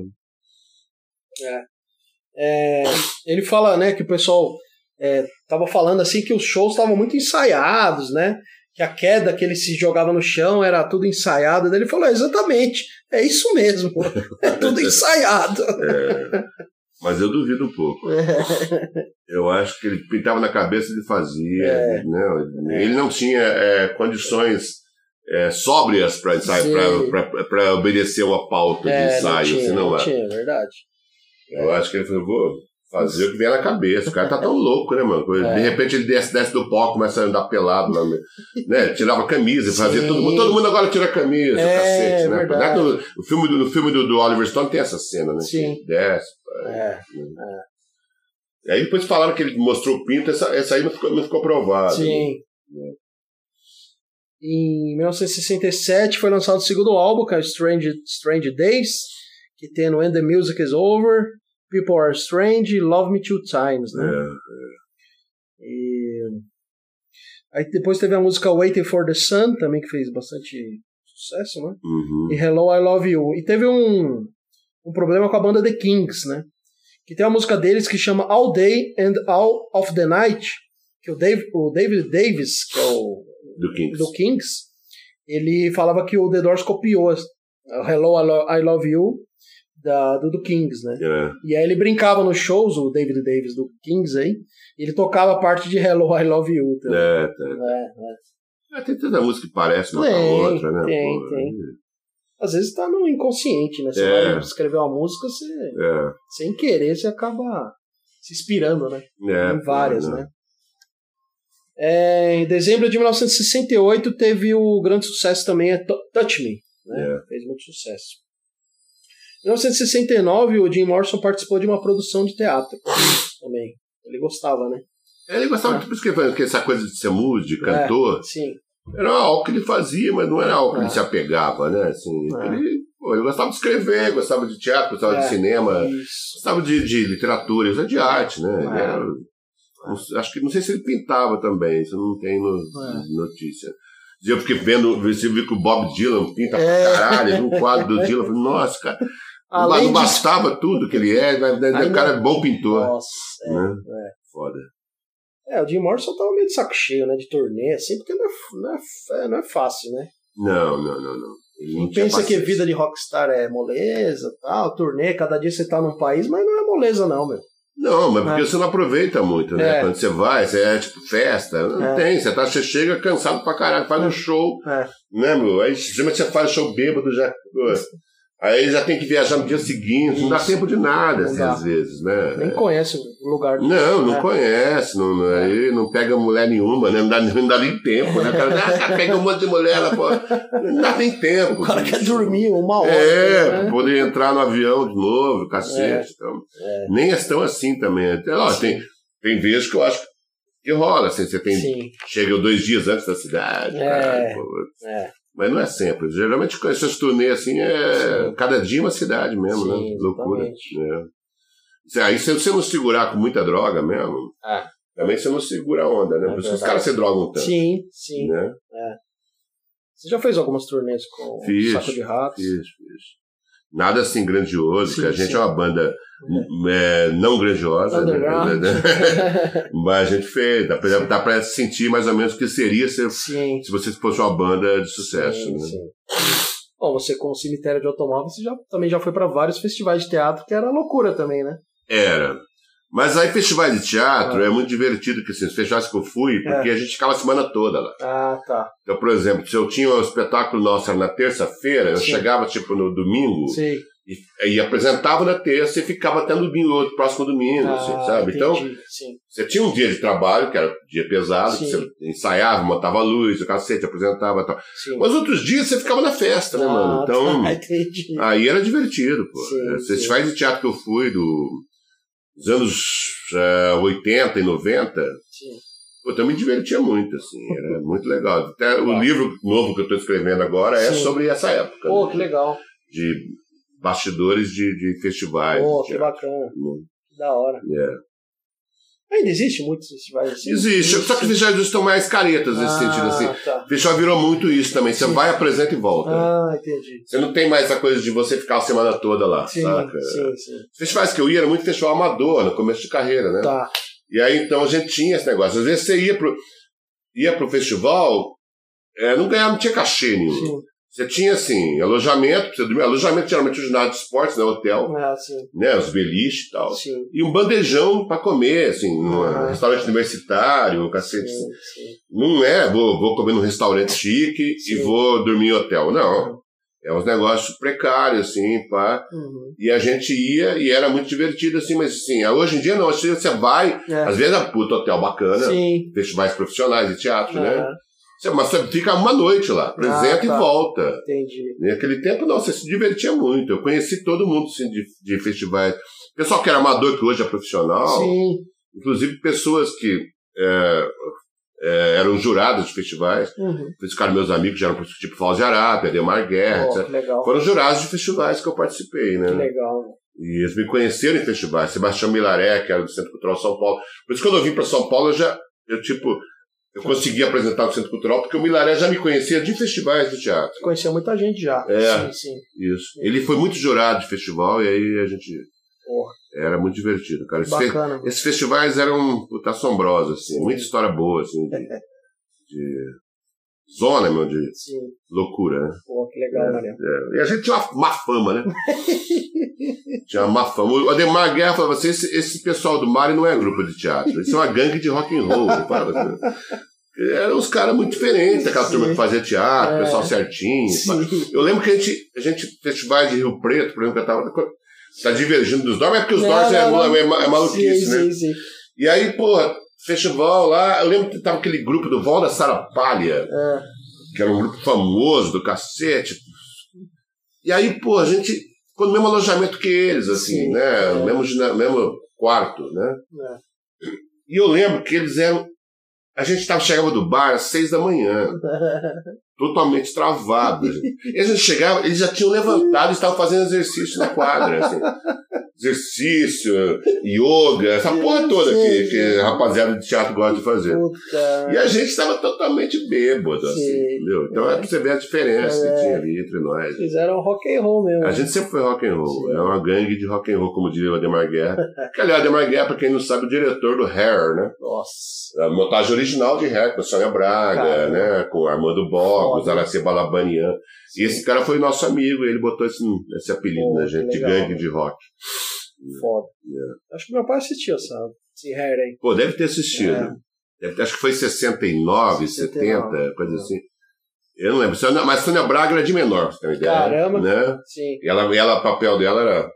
É, ele fala, né, que o pessoal é, tava falando assim que os shows estavam muito ensaiados, né? Que a queda que ele se jogava no chão era tudo ensaiado. Daí ele falou, "É, exatamente, é isso mesmo. É tudo ensaiado. Mas eu duvido um É. pouco. Eu acho que ele pintava na cabeça e fazia. É. né? É. Ele não tinha é, condições é, sóbrias para Sim. para obedecer uma pauta de É, não ensaio. tinha, assim, não não é. tinha, é verdade. Eu acho que ele falou, vou fazer o que vier na cabeça. O cara tá tão louco, né, mano? É. De repente ele desce, desce do palco, começa a andar pelado lá, né? Tirava a camisa, fazia Sim. todo mundo. Todo mundo agora tira a camisa, É, cacete, né? verdade. No, no filme, do, no filme do, do Oliver Stone tem essa cena, né? Sim. Que desce, É. E aí depois falaram que ele mostrou o pinto, essa, essa aí não ficou, não ficou provada. Sim. Em 1967 foi lançado o segundo álbum, que é o Strange, Strange Days, que tem no When the Music is Over, People Are Strange e Love Me Two Times, né? né? E... Aí depois teve a música Waiting for the Sun, também que fez bastante sucesso, né? Uhum. E Hello, I Love You. E teve um, um problema com a banda The Kings, né? Que tem uma música deles que chama All Day and All of the Night, que o, Dave, o David Davis, que é o Do Kings. do Kings, ele falava que o The Doors copiou as- o Hello, I, Lo- I Love You da, do, do Kings, né? É. E aí ele brincava nos shows, o David Davis do Kings aí, ele tocava a parte de Hello, I Love You. também. É, tá. É, é. É, tem tanta música que parece uma com a Tem, outra, né? tem, pô? tem. Às vezes tá no inconsciente, né? Você É. vai escrever uma música, você, É. sem querer, você acaba se inspirando, né? É, em várias, pô, né? É, em dezembro de 1968 teve o grande sucesso também, é Tou- Touch Me. Né? É. Fez muito sucesso. Em 1969, o Jim Morrison participou de uma produção de teatro também. Ele gostava, né? Ele gostava de porque, porque essa coisa de ser músico, de É. cantor, Sim. era algo que ele fazia, mas não era algo que É. ele se apegava, né? Assim, É. ele, pô, ele gostava de escrever, gostava de teatro, gostava É. de cinema, Isso. gostava de, de literatura, gostava de arte, né? Ele É. era- não- acho que não sei se ele pintava também, isso não tem no- É. notícia. E Eu fiquei vendo, eu vi que o Bob Dylan pinta É. pra caralho, eu vi um quadro do Dylan, eu falei, nossa, cara, não um ba- Além não de- bastava tudo que ele é, mas, mas Ainda- o cara é bom pintor. Nossa. é. né? Foda. É, o Jim Morrison tava meio de saco cheio, né? De turnê, assim, porque não é, não é, é, não é fácil, né? Não, não, não, não. Ele não Quem tinha pensa que paciência. vida de rockstar é moleza, tal, turnê, cada dia você tá num país, mas não é moleza, não, meu. Não, mas porque É. você não aproveita muito, né? É. Quando você vai, você é tipo festa, não É. tem. Você, tá, você chega cansado pra caralho, faz um show, É. né, meu? Aí geralmente você faz show bêbado já. pô, Aí já tem que viajar no dia seguinte, não dá Isso. tempo de nada, Não assim, dá. às vezes, né? Nem É. conhece o lugar do Não, não né? conhece, não, não- aí não pega mulher nenhuma, né? Não dá, não dá nem tempo, né? O cara, ah, pega um monte de mulher, ela, pô, não dá nem tempo. O cara quer dormir uma hora. É, né? poder entrar no avião de novo, cacete. Então, Nem é tão assim também. Até, ó, tem, tem vezes que eu acho que rola, assim, você tem, Sim. chega dois dias antes da cidade, É. caralho, pô. É. Mas não é sempre. Geralmente com essas turnês assim é Sim. cada dia uma cidade mesmo, né? Sim, Loucura. exatamente. né? Se- Aí se você não segurar com muita droga mesmo, É. também você não segura a onda, né? É Por isso que os verdade. caras se drogam tanto. Sim, sim. Né? Você já fez algumas turnês com Fiz, Saco de Ratos? Isso, isso. Nada assim grandioso, Sim, que a gente sim. é uma banda m- é, não grandiosa, né? Underground. mas a gente fez, dá pra, dá pra sentir mais ou menos o que seria se, sim. se você fosse uma banda de sucesso. sim, né? sim. Bom, você com o Cemitério de Automóveis você já, também já foi para vários festivais de teatro, que era loucura também, né? Era. Mas aí festival de teatro Ah. é muito divertido, que assim, os festivais que eu É. fui, porque a gente ficava a semana toda lá. Ah, tá. Então, por exemplo, se eu tinha um espetáculo nosso era na terça-feira, eu Sim. chegava tipo no domingo Sim. e, e apresentava na terça e ficava até no domingo, outro próximo domingo, assim, Ah, sabe? Então, entendi. Sim. você tinha um dia de trabalho, que era um dia pesado, que Sim. você ensaiava, montava a luz, o cacete, apresentava e tal. sim. Mas outros dias você ficava na festa, né, mano? Ah, Então. tá, entendi. Aí era divertido, pô. Sim, Os sim. festivais de teatro que eu fui do- dos anos eh, 80 e 90, Sim. pô, então eu me divertia muito, assim, era muito legal. Até o Tá. livro novo que eu estou escrevendo agora é Sim. sobre essa época, Pô, né? que legal. de bastidores de, de festivais. Pô, de que teatro, bacana. né? Que da hora. É. Ainda existe muitos festivais assim? Existe, só que os festivais estão mais caretas nesse ah, sentido, assim. Tá. O festival virou muito isso também, você Sim. vai, apresenta e volta. Ah, entendi. Você não tem mais a coisa de você ficar a semana toda lá, Sim, Ah, saca? sim, sim. Os festivais que eu ia era muito festival amador, no começo de carreira, né? Tá. E aí então a gente tinha esse negócio. Às vezes você ia pro, ia pro festival, eh, não ganhava, não tinha cachê nenhum. Sim. Você tinha assim, alojamento, pra você dormir. alojamento geralmente os ginásios de esportes, né? Hotel, Ah, sim, né? Os beliches e tal. sim. E um bandejão pra comer, assim, num Ah. restaurante universitário, cacete. assim. sim, sim. Não é, vou, vou comer num restaurante chique Sim. e vou dormir em hotel. Não. É uns negócios precários, assim, pá. Uhum. E a gente ia e era muito divertido, assim, mas assim, hoje em dia não, hoje em dia você vai, É. às vezes é um puto hotel bacana, Sim. festivais profissionais de teatro, né? Ah, Você- Mas você fica uma noite lá, apresenta tá. e volta. entendi. Naquele tempo, não, você se divertia muito. Eu conheci todo mundo assim, de, de festivais. Pessoal que era amador, que hoje é profissional. Sim. Inclusive pessoas que é, é, eram juradas de festivais. Uhum. Esses caras, meus amigos, já eram tipo Fausto de Arábia, Demar Guerra, Pô, etc. que legal. Foram jurados de festivais que eu participei, É, né? Que legal. né? E eles me conheceram em festivais. Sebastião Milaré, que era do Centro Cultural São Paulo. Por isso que quando eu vim para São Paulo, eu já, eu tipo, eu consegui apresentar no Centro Cultural, porque o Milaré já me conhecia de festivais de teatro. Conheceu muita gente já. É. Sim, sim. Isso. Ele foi muito jurado de festival, e aí a gente. Porra. Era muito divertido, cara. Esses, fe- Bacana. esses festivais eram puta, assombrosos, assim. Muita história boa, assim. De, de zona, meu, de Sim. loucura, né? Pô, que legal, Maria. É, E a gente tinha uma má fama, né? tinha uma má fama. O Ademar Guerra falava assim: esse, esse pessoal do Mari não é grupo de teatro, isso é uma gangue de rock and roll. Eu falava assim. Eram uns caras muito diferentes, aquela Sim. turma que fazia teatro, É. pessoal certinho. Sim. Eu lembro que a gente, a gente festival de Rio Preto, por exemplo, que eu tava. Tá divergindo dos Doors, mas é porque os Não, Doors é, não, não. é ma- é maluquice, sim, né? Sim, sim. E aí, porra, festival lá, eu lembro que tava aquele grupo do Val da Sara Palha, É. que era um grupo famoso do cacete. E aí, pô, a gente ficou no mesmo alojamento que eles, assim, Sim, né? é. No mesmo, gina- mesmo quarto, né? É. E eu lembro que eles eram. A gente tava, chegava do bar às seis da manhã totalmente travado. Eles não chegavam, eles já tinham levantado e estavam fazendo exercício na quadra. assim. Exercício, yoga, essa porra toda que, que a rapaziada de teatro gosta de fazer. Puta. E a gente estava totalmente bêbado, Sim. É. assim, entendeu? Então é pra você ver a diferença que tinha ali entre nós. Fizeram rock and roll mesmo. A gente sempre foi rock and roll, Sim. é uma gangue de rock and roll, como diria o Ademar Guerra. Que aliás, o Ademar Guerra, pra quem não sabe, é o diretor do Hair, né? Nossa. A montagem original de Hair, com a Sônia Braga, Cara. né? Com Armando Bogos, Foda. Araci Balabanian. E esse cara foi nosso amigo, ele botou esse, hum, esse apelido Pô, na que gente, de legal. gangue de rock. Foda. Acho que meu pai assistiu essa esse hair aí. Pô, deve ter assistido. É. Deve ter- acho que foi 69, 69, 70, coisa assim. Eu não lembro. Sônia- Mas Sônia Braga era de menor, pra você ter uma ideia. Caramba. Né? Sim. E ela, e ela, o papel dela era.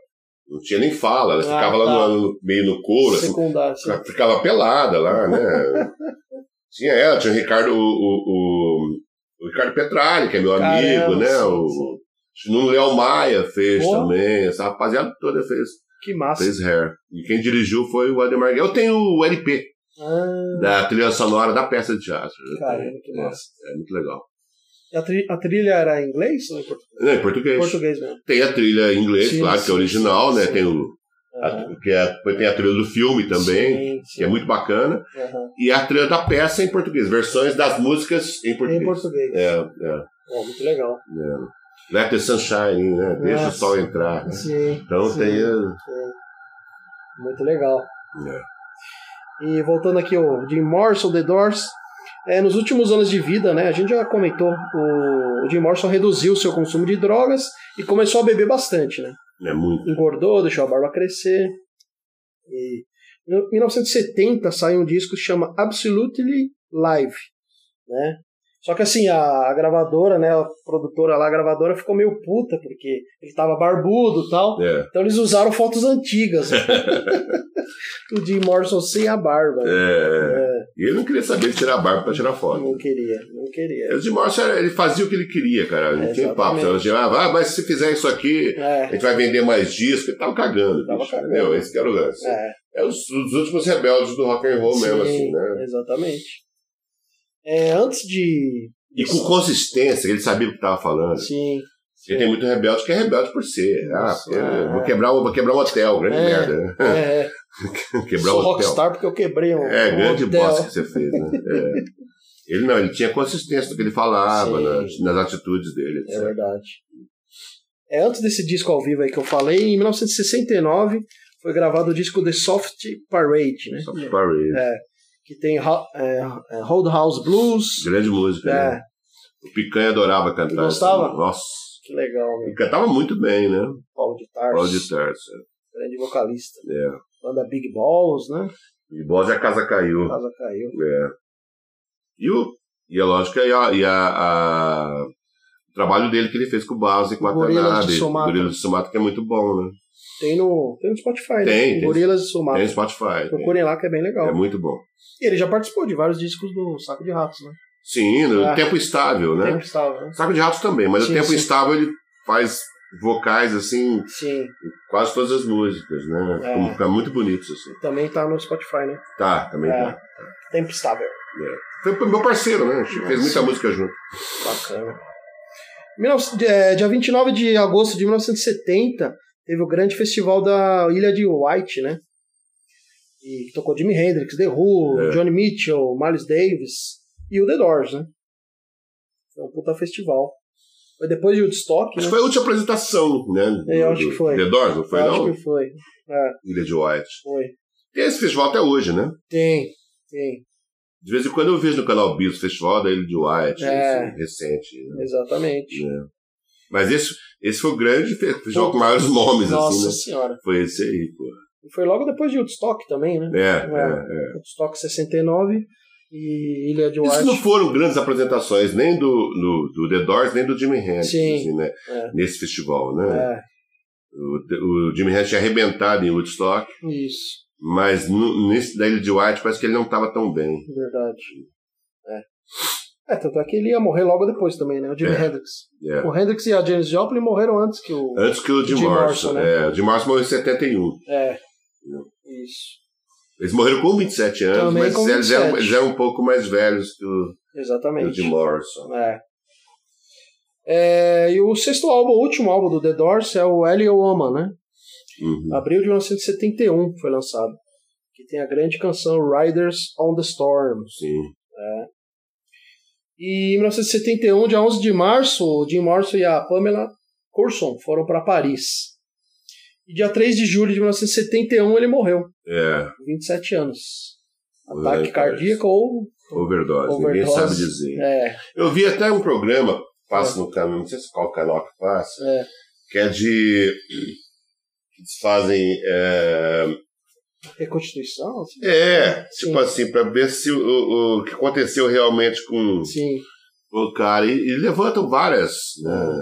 Não tinha nem fala, ela Ah, ficava lá tá. no, no- meio no couro, assim, Secundário. Sim. ela ficava pelada lá, né? tinha ela, tinha o Ricardo, o, o, o- o Ricardo Petralli, que é meu Caramba, amigo, né? sim, O, sim. acho que o Léo Maia fez Boa. também, essa rapaziada toda fez, Que massa. fez hair. E quem dirigiu foi o Ademar. Guerra. Eu tenho o LP Ah, da trilha sonora da peça de teatro. né? caramba, que massa. É muito legal. E a, tri- a trilha era em inglês ou em português? Não, em português. Português mesmo. Tem a trilha em inglês, Sim, claro, que é sim, original, sim, né? sim. Tem, o, a- Aham. que é- tem a trilha do filme também, Ah, Sim, sim. que é muito bacana. Aham. E a trilha da peça é em português, versões das músicas em português. Em português. É, é. Ó, muito legal. Let the sunshine, né? Deixa Nossa. o sol entrar. né? Sim, Então Sim. tem. uh, muito legal. É. E voltando aqui ao Jim Morrison, The Doors. é, nos últimos anos de vida, né? A gente já comentou, o, o Jim Morrison reduziu o seu consumo de drogas e começou a beber bastante, né? É muito. engordou, deixou a barba crescer. E em 1970 saiu um disco que chama Absolutely Live, né? Só que assim, a, a gravadora, né, a produtora lá, a gravadora ficou meio puta porque ele tava barbudo, e tal. É. Então eles usaram fotos antigas. o Jim Morrison sem a barba. É, é. E ele não queria saber de tirar a barba pra tirar foto. Não queria, não queria. O Jim Morrison, era- ele fazia o que ele queria, cara. Não É, tinha papo. exatamente. Ela chegava, ah, mas se fizer isso aqui, a É, gente vai vender mais disco. Ele tava cagando. Tava bicho, cagando. entendeu? Esse que era o lance. é. É os, os últimos rebeldes do rock and roll mesmo, Sim, assim, né? Exatamente. É, antes de. E com consistência, ele sabia o que tava falando. Sim. Ele tem muito rebelde que é rebelde por ser. Ah, Nossa, eu é. vou, quebrar, o- vou quebrar um hotel, grande É. merda. né? É, é. Quebrar Sou o hotel. rockstar porque eu quebrei um. É, um grande hotel. bosta que você fez, né? É. Ele não, ele tinha consistência no que ele falava, Sim. nas, nas atitudes dele. É etc. verdade. É, antes desse disco ao vivo aí que eu falei, em 1969 foi gravado o disco The Soft Parade, né? Só pra Parade. É, que tem Ho- é, é, Hold House Blues. Grande música, É, né? O Picanha adorava cantar. Gostava? essa música. Nossa. que legal, meu. Ele cantava muito bem, né? Paulo de Tarso, Paulo de Tarso. grande vocalista. É. Banda Big Balls, né? E Bose a casa caiu. Casa caiu. É. E, o, e é lógico que a, e a- a- o trabalho dele que ele fez com o Base, com a Gorilas de Tanabe, o Sumatra. Gorila de Sumatra, que é muito bom, né? Tem no, tem no Spotify, Tem, né? tem. Gorilas e Sumatra. Tem Spotify. tem. Procurem lá que é bem legal. É muito bom. E ele já participou de vários discos do Saco de Ratos, né? Sim, no Ah. tempo estável, né? Tempo estava, né? Saco de Ratos também, mas Sim, o Tempo sim. Instável ele faz vocais assim, Sim. quase todas as músicas, né? É. Fica, fica muito bonito isso assim. Também tá no Spotify, né? Tá, também É. tá. Tempo estável. Foi pro meu parceiro, né? A gente fez muita música junto. Bacana. 19 é, Dia 29 de agosto de 1970, teve o grande festival da Ilha de White, né? E que tocou Jimi Hendrix, The Who, É. Johnny Mitchell, Miles Davis e o The Doors, né? Foi um puta festival. Foi depois de Woodstock, Acho né? É, que foi a última apresentação, né? Eu do- acho que do foi. The Doors, não foi Eu não? Acho que foi. É, Ilha de White. foi. Tem é esse festival até hoje, né? Tem, tem. De vez em quando eu vejo no canal Bis Festival da Ilha de White, É. esse recente. Né? Exatamente. Mas esse, esse foi o grande fe- festival com maiores nomes, Nossa assim, né? senhora. Foi esse aí, pô. E foi logo depois de Woodstock também, né? É, é, é. Woodstock 69 e Ilha de White. Isso não foram grandes apresentações, nem do, do, do The Doors, nem do Jimi Hendrix, Sim. assim, né? É. Nesse festival, né? É, O, o Jimi Hendrix tinha arrebentado em Woodstock, isso. mas no, nesse da Ilha de White parece que ele não estava tão bem. Verdade. É. É, tanto é que ele ia morrer logo depois também, né? O Jimi É. Hendrix. É. O Hendrix e a Janis Joplin morreram antes que o. Antes que o Jim, Jim Morrison, Morrison. né? É, o Jim Morrison morreu em 71. É. Isso. Eles morreram com 27 anos, Também mas com eles eram- 27. eles eram um pouco mais velhos que o, que o Exatamente. Jim Morrison. É. É, e o sexto álbum, o último álbum do The Doors é o Ellie Woman, né? Uhum. Abril de 1971 foi lançado. Que tem a grande canção Riders on the Storm. Sim. E em 1971, dia 11 de março, o Jim Morrison e a Pamela Coulson foram para Paris. E dia 3 de julho de 1971 ele morreu, É, com 27 anos. Morreu Ataque em Paris. cardíaco ou. overdose, Overdose. Ninguém sabe dizer. É, Eu vi até um programa, passa no canal, não sei se qual canal que passa, É. que é de. que eles fazem. É, reconstituição? assim? é, Sim. tipo assim, pra ver se o, o- o que aconteceu realmente com Sim, o, o cara, e, e levantam várias né,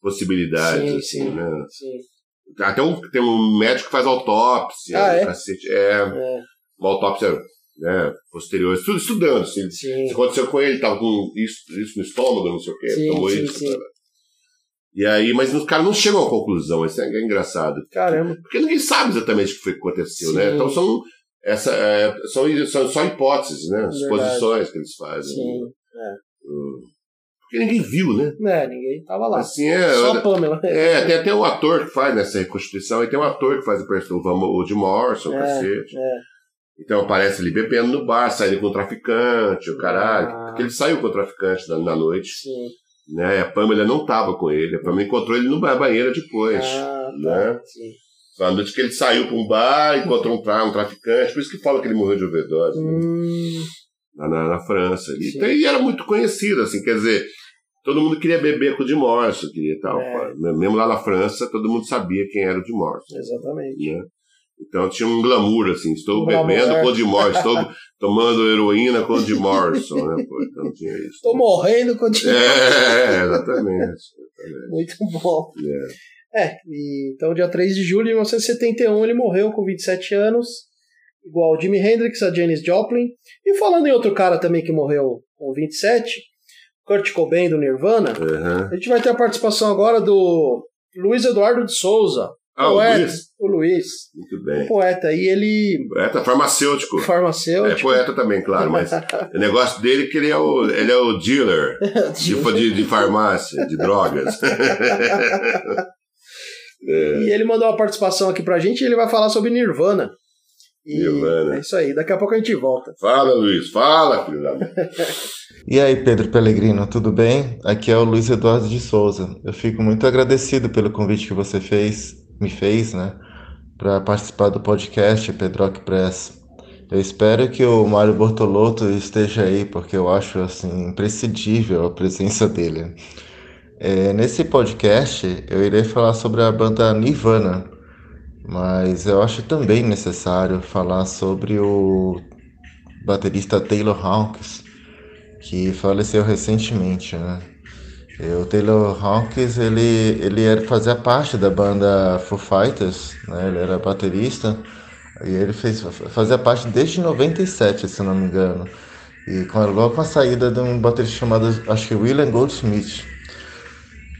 possibilidades. Sim, assim, sim. Né? Sim. Até um, tem um médico que faz autópsia. Ah, é? cacete. É, É, uma autópsia né, posterior, estu- estudando. Assim, sim. Isso aconteceu com ele, tava com isso, isso no estômago, não sei o quê. Sim, tomou sim, isso. sim. cara. E aí, mas os caras não chegam à conclusão, isso é, é engraçado. Caramba. Porque ninguém sabe exatamente o que foi que aconteceu, Sim. né? Então são, essa, é, são, são só hipóteses, né? Suposições que eles fazem. Sim. Porque ninguém viu, né? Né, ninguém tava lá. Assim é. Só a Pamela. É, tem até um ator que faz nessa reconstituição, e tem um ator que faz o perfil do Van- o de Morrison, É, cacete. é. Então aparece ele bebendo no bar, saindo com o traficante, o caralho. Ah. Porque ele saiu com o traficante na, na noite. Sim. né? A Pamela não tava com ele. A Pamela encontrou ele no ba- banheiro depois. Ah, tá. né? Sim. Na noite que ele saiu pra um bar, encontrou um, tra um traficante. Por isso que fala que ele morreu de overdose né? Hum, na, na- na França. ali. Sim. Então, ele era muito conhecido, assim, quer dizer... Todo mundo queria beber com o de Morrison, queria e tal. É. pá, né? Mesmo lá na França, todo mundo sabia quem era o de Morrison. exatamente. né? Então tinha um glamour, assim, estou Um bebendo glamour. com o de Morrison, estou tomando heroína com o de Morrison, né? pô? Então tinha isso. Tô morrendo continua. É, exatamente. Muito bom. É. É, e, então dia 3 de julho de 1971 ele morreu com 27 anos, igual o Jimi Hendrix, a Janis Joplin. E falando em outro cara também que morreu com 27, Kurt Cobain do Nirvana, Aham. a gente vai ter a participação agora do Luiz Eduardo de Souza, Ah, o poeta, Luiz? o Luiz, Muito um bem. poeta, e ele Poeta farmacêutico. É farmacêutico. poeta também, claro, mas o negócio dele é que ele é o, ele é o dealer de, de, de farmácia, de drogas. E ele mandou uma participação aqui pra gente e ele vai falar sobre Nirvana. E Nirvana. É isso aí, daqui a pouco a gente volta. Fala, Luiz, fala, filho da mãe. E aí, Pedro Pellegrino, tudo bem? Aqui é o Luiz Eduardo de Souza. Eu fico muito agradecido pelo convite que você fez, me fez, né, para participar do podcast Pedroc Press. Eu espero que o Mário Bortolotto esteja aí, porque eu acho assim imprescindível a presença dele. É, nesse podcast, eu irei falar sobre a banda Nirvana, mas eu acho também necessário falar sobre o baterista Taylor Hawkins que faleceu recentemente, né? E o Taylor Hawkins, ele, ele era, fazia parte da banda Foo Fighters, né? Ele era baterista e ele fez, fazia parte desde 97, se não me engano. E com, a- logo com a saída de um baterista chamado, acho que William Goldsmith.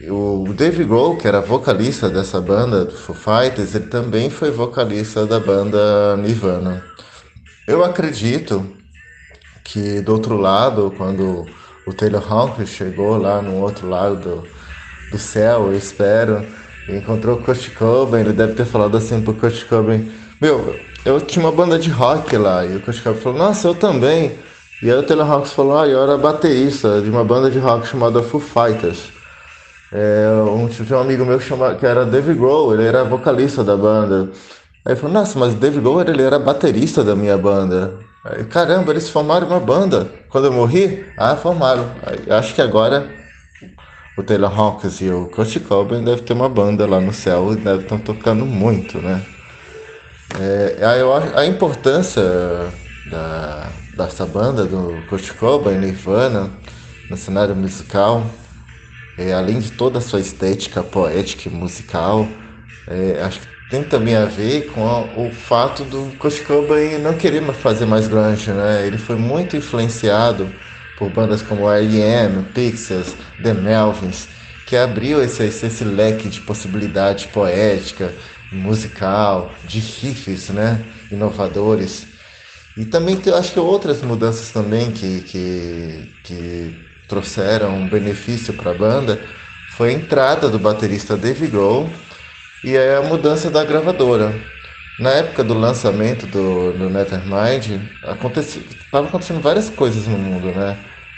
E O Dave Grohl, que era vocalista dessa banda, do Foo Fighters, ele também foi vocalista da banda Nirvana. Eu acredito que do outro lado, quando o Taylor Hawkins chegou lá no outro lado do, do céu, eu espero, e encontrou o Kurt Cobain, ele deve ter falado assim pro Kurt Cobain, meu, eu tinha uma banda de rock lá, e o Kurt Cobain falou, nossa, eu também. E aí o Taylor Hawkins falou, ah, eu era baterista de uma banda de rock chamada Foo Fighters. É, um, tinha um amigo meu que, chama, que era Dave Grohl, ele era vocalista da banda. Aí ele falou, nossa, mas Dave Grohl ele era baterista da minha banda. Aí, caramba, eles formaram uma banda. Quando eu morri, ah, formaram. Aí, acho que agora o Taylor Hawkins e o Kurt Cobain devem ter uma banda lá no céu e devem estar tocando muito, né? É, aí eu acho- a importância da, dessa banda, do Kurt Cobain, Nirvana, no cenário musical, é, além de toda a sua estética poética e musical, é, acho que tem também a ver com a- o fato do Kurt Cobain não querer ma- fazer mais grunge, né? Ele foi muito influenciado por bandas como R.E.M., Pixies, The Melvins, que abriu esse, esse, esse leque de possibilidade poética, musical, de riffs, né? Inovadores. E também tem- acho que outras mudanças também que, que, que trouxeram um benefício para a banda foi a entrada do baterista Dave Grohl e aí a mudança da gravadora. Na época do lançamento do, do Nevermind, estavam acontecendo várias coisas no mundo, né?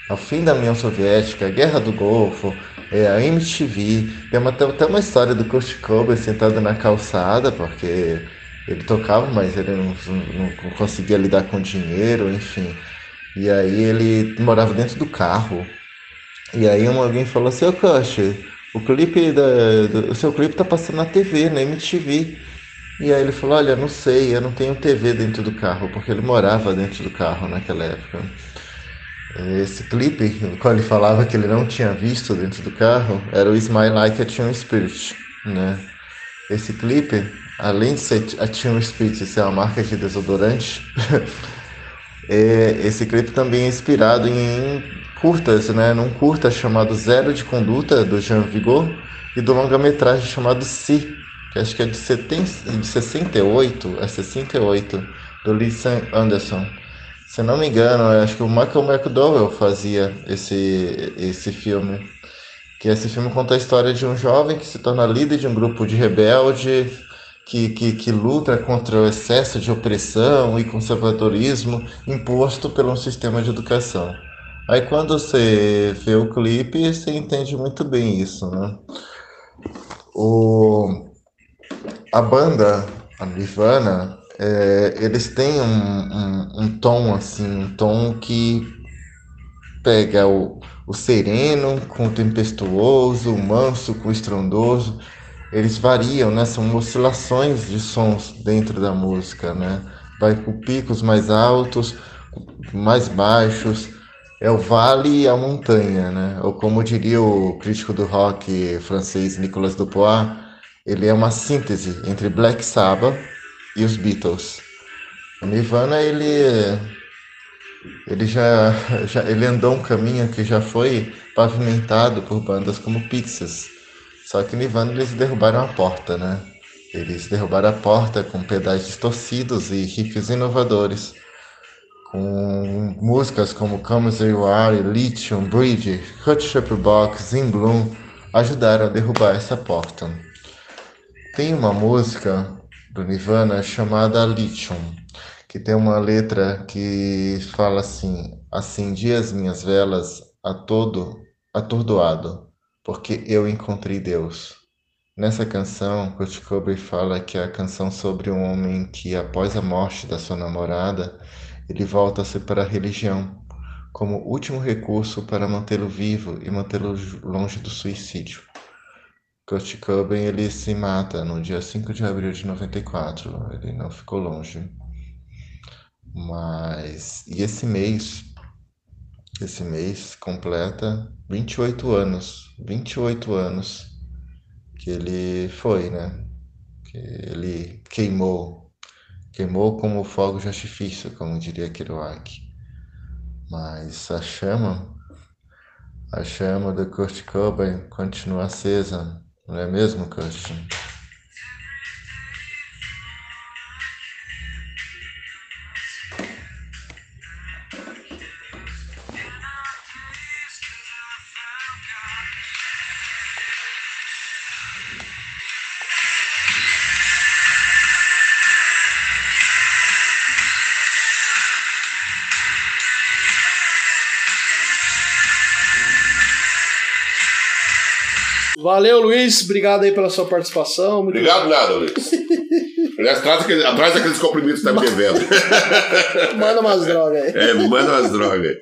O fim da União Soviética, a Guerra do Golfo, é, a MTV. Tem uma, tem até uma história do Kurt Cobain sentado na calçada, porque ele tocava, mas ele não, não- não conseguia lidar com dinheiro, enfim. E aí ele morava dentro do carro. E aí um- alguém falou assim, ô Kurt, o clipe da- do, o seu clipe tá passando na TV, na MTV. E aí ele falou, olha, não sei, eu não tenho TV dentro do carro, porque ele morava dentro do carro naquela época. Esse clipe, no qual ele falava que ele não tinha visto dentro do carro, era o Smile Like a Teen Spirit, né? Esse clipe, além de ser a Teen Spirit ser uma marca de desodorante, é, esse clipe também é inspirado em curtas, né? Num curta chamado Zero de Conduta, do Jean Vigot, e do longa-metragem chamado Si, que acho que é de, 70, de 68 a é 68, do Lee Sam Anderson. Se não me engano, acho que o Michael McDowell fazia esse, esse filme. Que esse filme conta a história de um jovem que se torna líder de um grupo de rebelde que, que, que luta contra o excesso de opressão e conservadorismo imposto pelo sistema de educação. Aí quando você vê o clipe, você entende muito bem isso, né? O... A banda, a Nirvana, é, eles têm um, um, um, tom assim, um tom que pega o, o sereno com o tempestuoso, o manso com o estrondoso. Eles variam, né? São oscilações de sons dentro da música, né? Vai com picos mais altos, mais baixos, é o vale e a montanha, né? Ou como diria o crítico do rock francês Nicolas Dupois, ele é uma síntese entre Black Sabbath e os Beatles. O Nirvana ele ele já, já ele andou um caminho que já foi pavimentado por bandas como Pixies. Só que Nirvana eles derrubaram a porta, né? Eles derrubaram a porta com pedais distorcidos e riffs inovadores com músicas como Comes You Are, Lithium, Bridge, Hot Shop Box, In Bloom, ajudaram a derrubar essa porta. Tem uma música do Nirvana chamada Lithium, que tem uma letra que fala assim: Acendi as minhas velas a todo atordoado, porque eu encontrei Deus. Nessa canção, Kurt Cobain fala que é a canção sobre um homem que, após a morte da sua namorada, ele volta-se para a religião como último recurso para mantê-lo vivo e mantê-lo longe do suicídio. Kurt Cobain ele se mata no dia 5 de abril de 94, ele não ficou longe. Mas e esse mês? Esse mês completa 28 anos, 28 anos que ele foi, né? Que ele queimou queimou como fogo de artifício, como diria Kerouac. Mas a chama, a chama do Kurt Cobain continua acesa, não é mesmo, Kurt? Valeu, Luiz. Obrigado aí pela sua participação. Muito Obrigado nada, Luiz. Aliás, traz aquele, atrás daqueles comprimidos que tá me devendo. Manda umas drogas aí. É, manda umas drogas aí.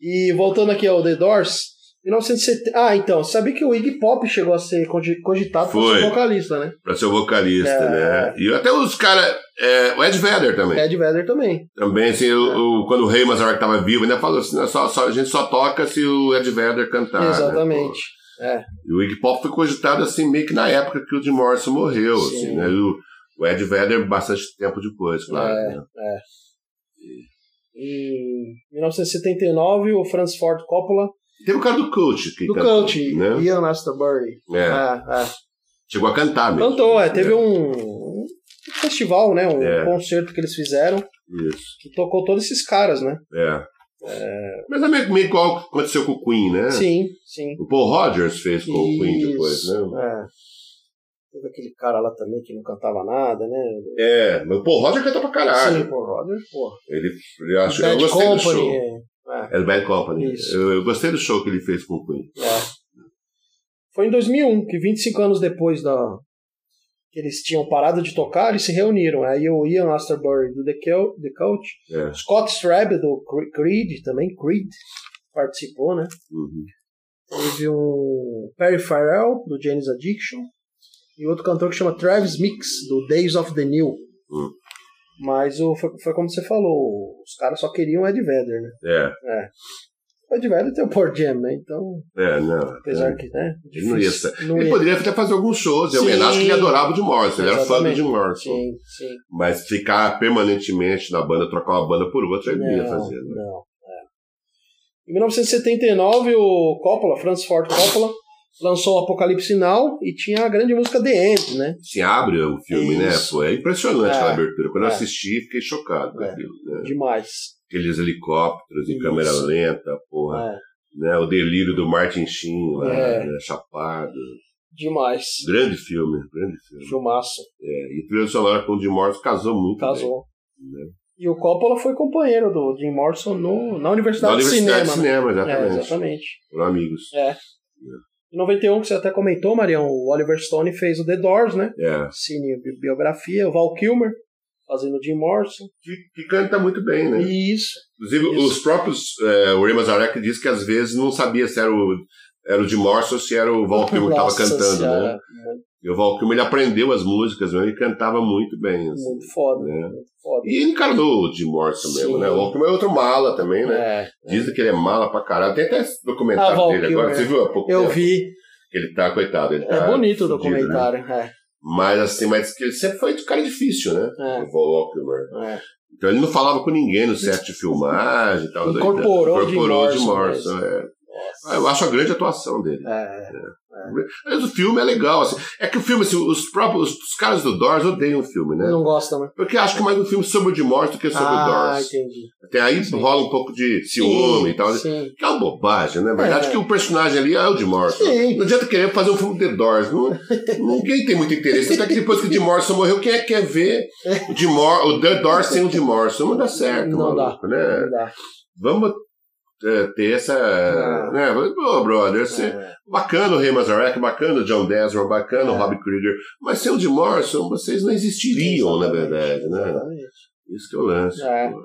E voltando aqui ao The Doors, 1970. Ah, então, sabia que o Iggy Pop chegou a ser cogi- cogitado para Foi. ser vocalista, né? Pra ser o vocalista, É. né? E até os caras. É, o Ed Vedder também. Ed Vedder também. Também, assim, o, o- quando o Rei Mazarek tava vivo, ainda falou assim: né, só, só- a gente só toca se o Ed Vedder cantar. né? Exatamente. É. E o Iggy Pop foi cogitado assim, meio que na época que o Jim Morrison morreu, Sim. assim, né? E o, o Ed Vedder bastante tempo depois, claro. É. né? Em 1979, o Francis Ford Coppola, Teve o cara do Coach que do cantou, Cult, né? Ian Astbury. É, Ah, ah. Chegou a cantar mesmo. Cantou, é. Teve um um festival, né? Um É. concerto que eles fizeram Isso. que tocou todos esses caras, né? É. Mas é meio, meio igual que aconteceu com o Queen, né? Sim, sim. O Paul Rogers fez com o Queen depois, Isso, né? é. Teve aquele cara lá também que não cantava nada, né? É, mas o Paul Rogers cantou pra caralho. Sim, pô, Roger, pô. Ele, ele acho, eu Bad gostei do Company. show. é. É do Bad Company. Isso. Eu, eu gostei do show que ele fez com o Queen. É, é. Foi em 2001 que 25 anos depois da que eles tinham parado de tocar, eles se reuniram. Aí o Ian Astbury do The, Kel- The Cult, É. Scott Straub do Cre- Creed também, Creed participou, né? Uhum. Teve um Perry Farrell, do Janis Hum. Addiction, e outro cantor que chama Travis Mix, do Days of the New. Mas o, foi, foi como você falou, os caras só queriam o Ed Vedder, né? É, O Ed Vedder tem o Port Jam, né? Então, é, não. apesar que, né? Ele não ia difícil, sa- não Ele ia- poderia até fazer alguns shows, em Sim. homenagem que ele adorava de Morrison, ele era fã do Exatamente. Jim Morrison. Sim, sim. Mas ficar permanentemente na banda, trocar uma banda por outra, ele não ia fazer. né? Não, é. Em 1979, o Coppola, Francis Ford Coppola, lançou o Apocalipse Now e tinha a grande música The End, né? Se abre o filme, Isso. né? Pô, é impressionante É, aquela abertura. Quando é. eu assisti, fiquei chocado com É. aquilo, né? Demais. Aqueles helicópteros em Isso. câmera lenta, porra. É, Né? O delírio do Martin Sheen lá, É. né? Chapado. demais. Grande filme, grande filme. Filmaço. É, e a trilha sonora com o Jim Morrison casou muito bem. Né? Casou. E o Coppola foi companheiro do Jim Morrison Tá no, na Universidade, Na Universidade de Cinema. de Cinema, né? É, exatamente. exatamente. Foram amigos. Em 91, que você até comentou, Marião, o Oliver Stone fez o The Doors, né? É. Cine bi- biografia, o Val Kilmer fazendo o Jim Morrison. Que, que canta muito bem, né? E isso. Inclusive, Isso. os próprios. É, o Ray Mazarek disse que às vezes não sabia se era o, era o Jim Morrison ou se era o Val Kilmer que estava Nossa cantando, né? Senhora, E o Val Kilmer ele aprendeu as músicas mesmo e cantava muito bem. Muito, assim, muito foda. né? Muito foda. E ele encarnou o Jim Morrison mesmo, Sim. né? O Val Kilmer é outro mala também, né? É. Dizem que ele é mala pra caralho. Tem até esse Ah, documentário Val dele agora. Kilmer. Você viu há pouco Eu tempo? vi. Que Ele tá, coitado. Ele É tá bonito o fudido, né? documentário. É, Mas assim, mas que ele sempre foi um cara difícil, né? É. O Val Kilmer. é. Então ele não falava com ninguém no set de filmagem e tal. Incorporou o Jim Incorporou o Jim Morrison Morrison. é. Ah, Eu acho a grande atuação dele. É. Mas o filme é legal. assim. É que o filme, assim, os próprios os caras do Doors odeiam o filme, né? Não gosta, né? Porque acho que mais um filme sobre o Jim Morrison do que sobre o ah, Doors. entendi. Até aí Sim. rola um pouco de ciúme e tal. Sim. Que é uma bobagem, né? Na verdade, É. que o personagem ali é o Jim Morrison. Sim. Não adianta querer fazer um filme de Doors. Não, ninguém tem muito interesse. Até que depois que o Jim Morrison morreu, quem é que quer ver o, Jim Mor o The Doors sem o Jim Morrison? Não dá certo, É. Não dá. maluco, né? Não dá. Vamos é, ter essa... É. Né? Pô, brother, você... É. Bacana o Ray Mazarek, bacana o John Dezra, bacana o É. Rob Krieger, mas sem o Jim Morrison vocês não existiriam, na Exatamente, verdade, né? Exatamente. Isso que eu lance. É, pô.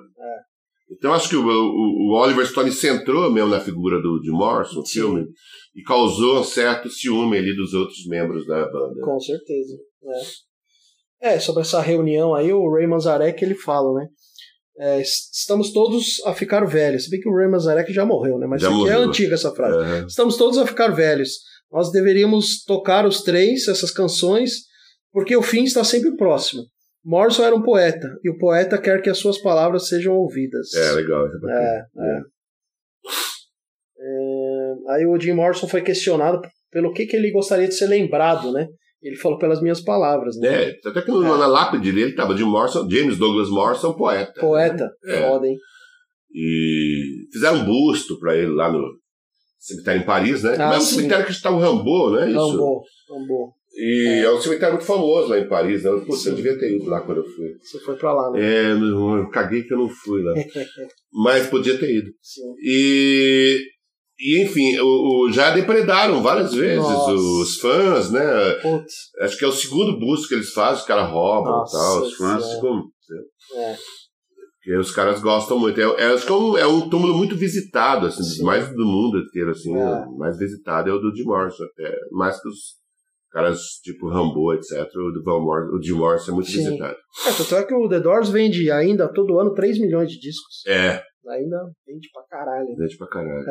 Então acho que o, o- o Oliver Stone centrou mesmo na figura do Jim Morrison, o Sim. filme, e causou um certo ciúme ali dos outros membros da banda. Com certeza. É. É, sobre essa reunião aí, o Ray Manzarek ele fala, né? É, es- estamos todos a ficar velhos. Se bem que o Ray Manzarek já morreu, né? Mas Já isso aqui é morreu. antiga essa frase. Aham. Estamos todos a ficar velhos. Nós deveríamos tocar os três, essas canções, porque o fim está sempre próximo. Morrison era um poeta, e o poeta quer que as suas palavras sejam ouvidas. É, legal. isso é bacana. É, é. É, aí o Jim Morrison foi questionado pelo que, que ele gostaria de ser lembrado, né? Ele falou pelas minhas palavras, né? É, até que no- É. na lápide dele estava Jim Morrison, James Douglas Morrison, poeta. Poeta, É. foda, hein? E fizeram um busto para ele lá no cemitério em Paris, né? Ah, Mas sim. o cemitério que está o Rambo, né? Isso. Rambo, Rambo. E é. um cemitério muito famoso lá em Paris. Né? Putz, Sim. eu devia ter ido lá quando eu fui. Você foi pra lá, né? É, não, eu caguei que eu não fui É. lá. Mas podia ter ido. Sim. E, e enfim, o, o- já depredaram várias vezes Nossa. os fãs, né? Putz, Acho que é o segundo boost que eles fazem, os caras roubam e Nossa tal. Os fãs Senhora. ficam. né? É. Porque os caras gostam muito. É, é, acho que é um, é um túmulo muito visitado, assim, Sim. mais do mundo inteiro, assim. É. o mais visitado é o do Jim Morrison, até. Mais que os caras tipo Rambo, etc. O do Van Morrison, o Jim Morrison é muito Sim. visitado. É, tanto é que o The Doors vende ainda todo ano 3 milhões de discos. É, Ainda vende pra caralho. né? gente pra caralho.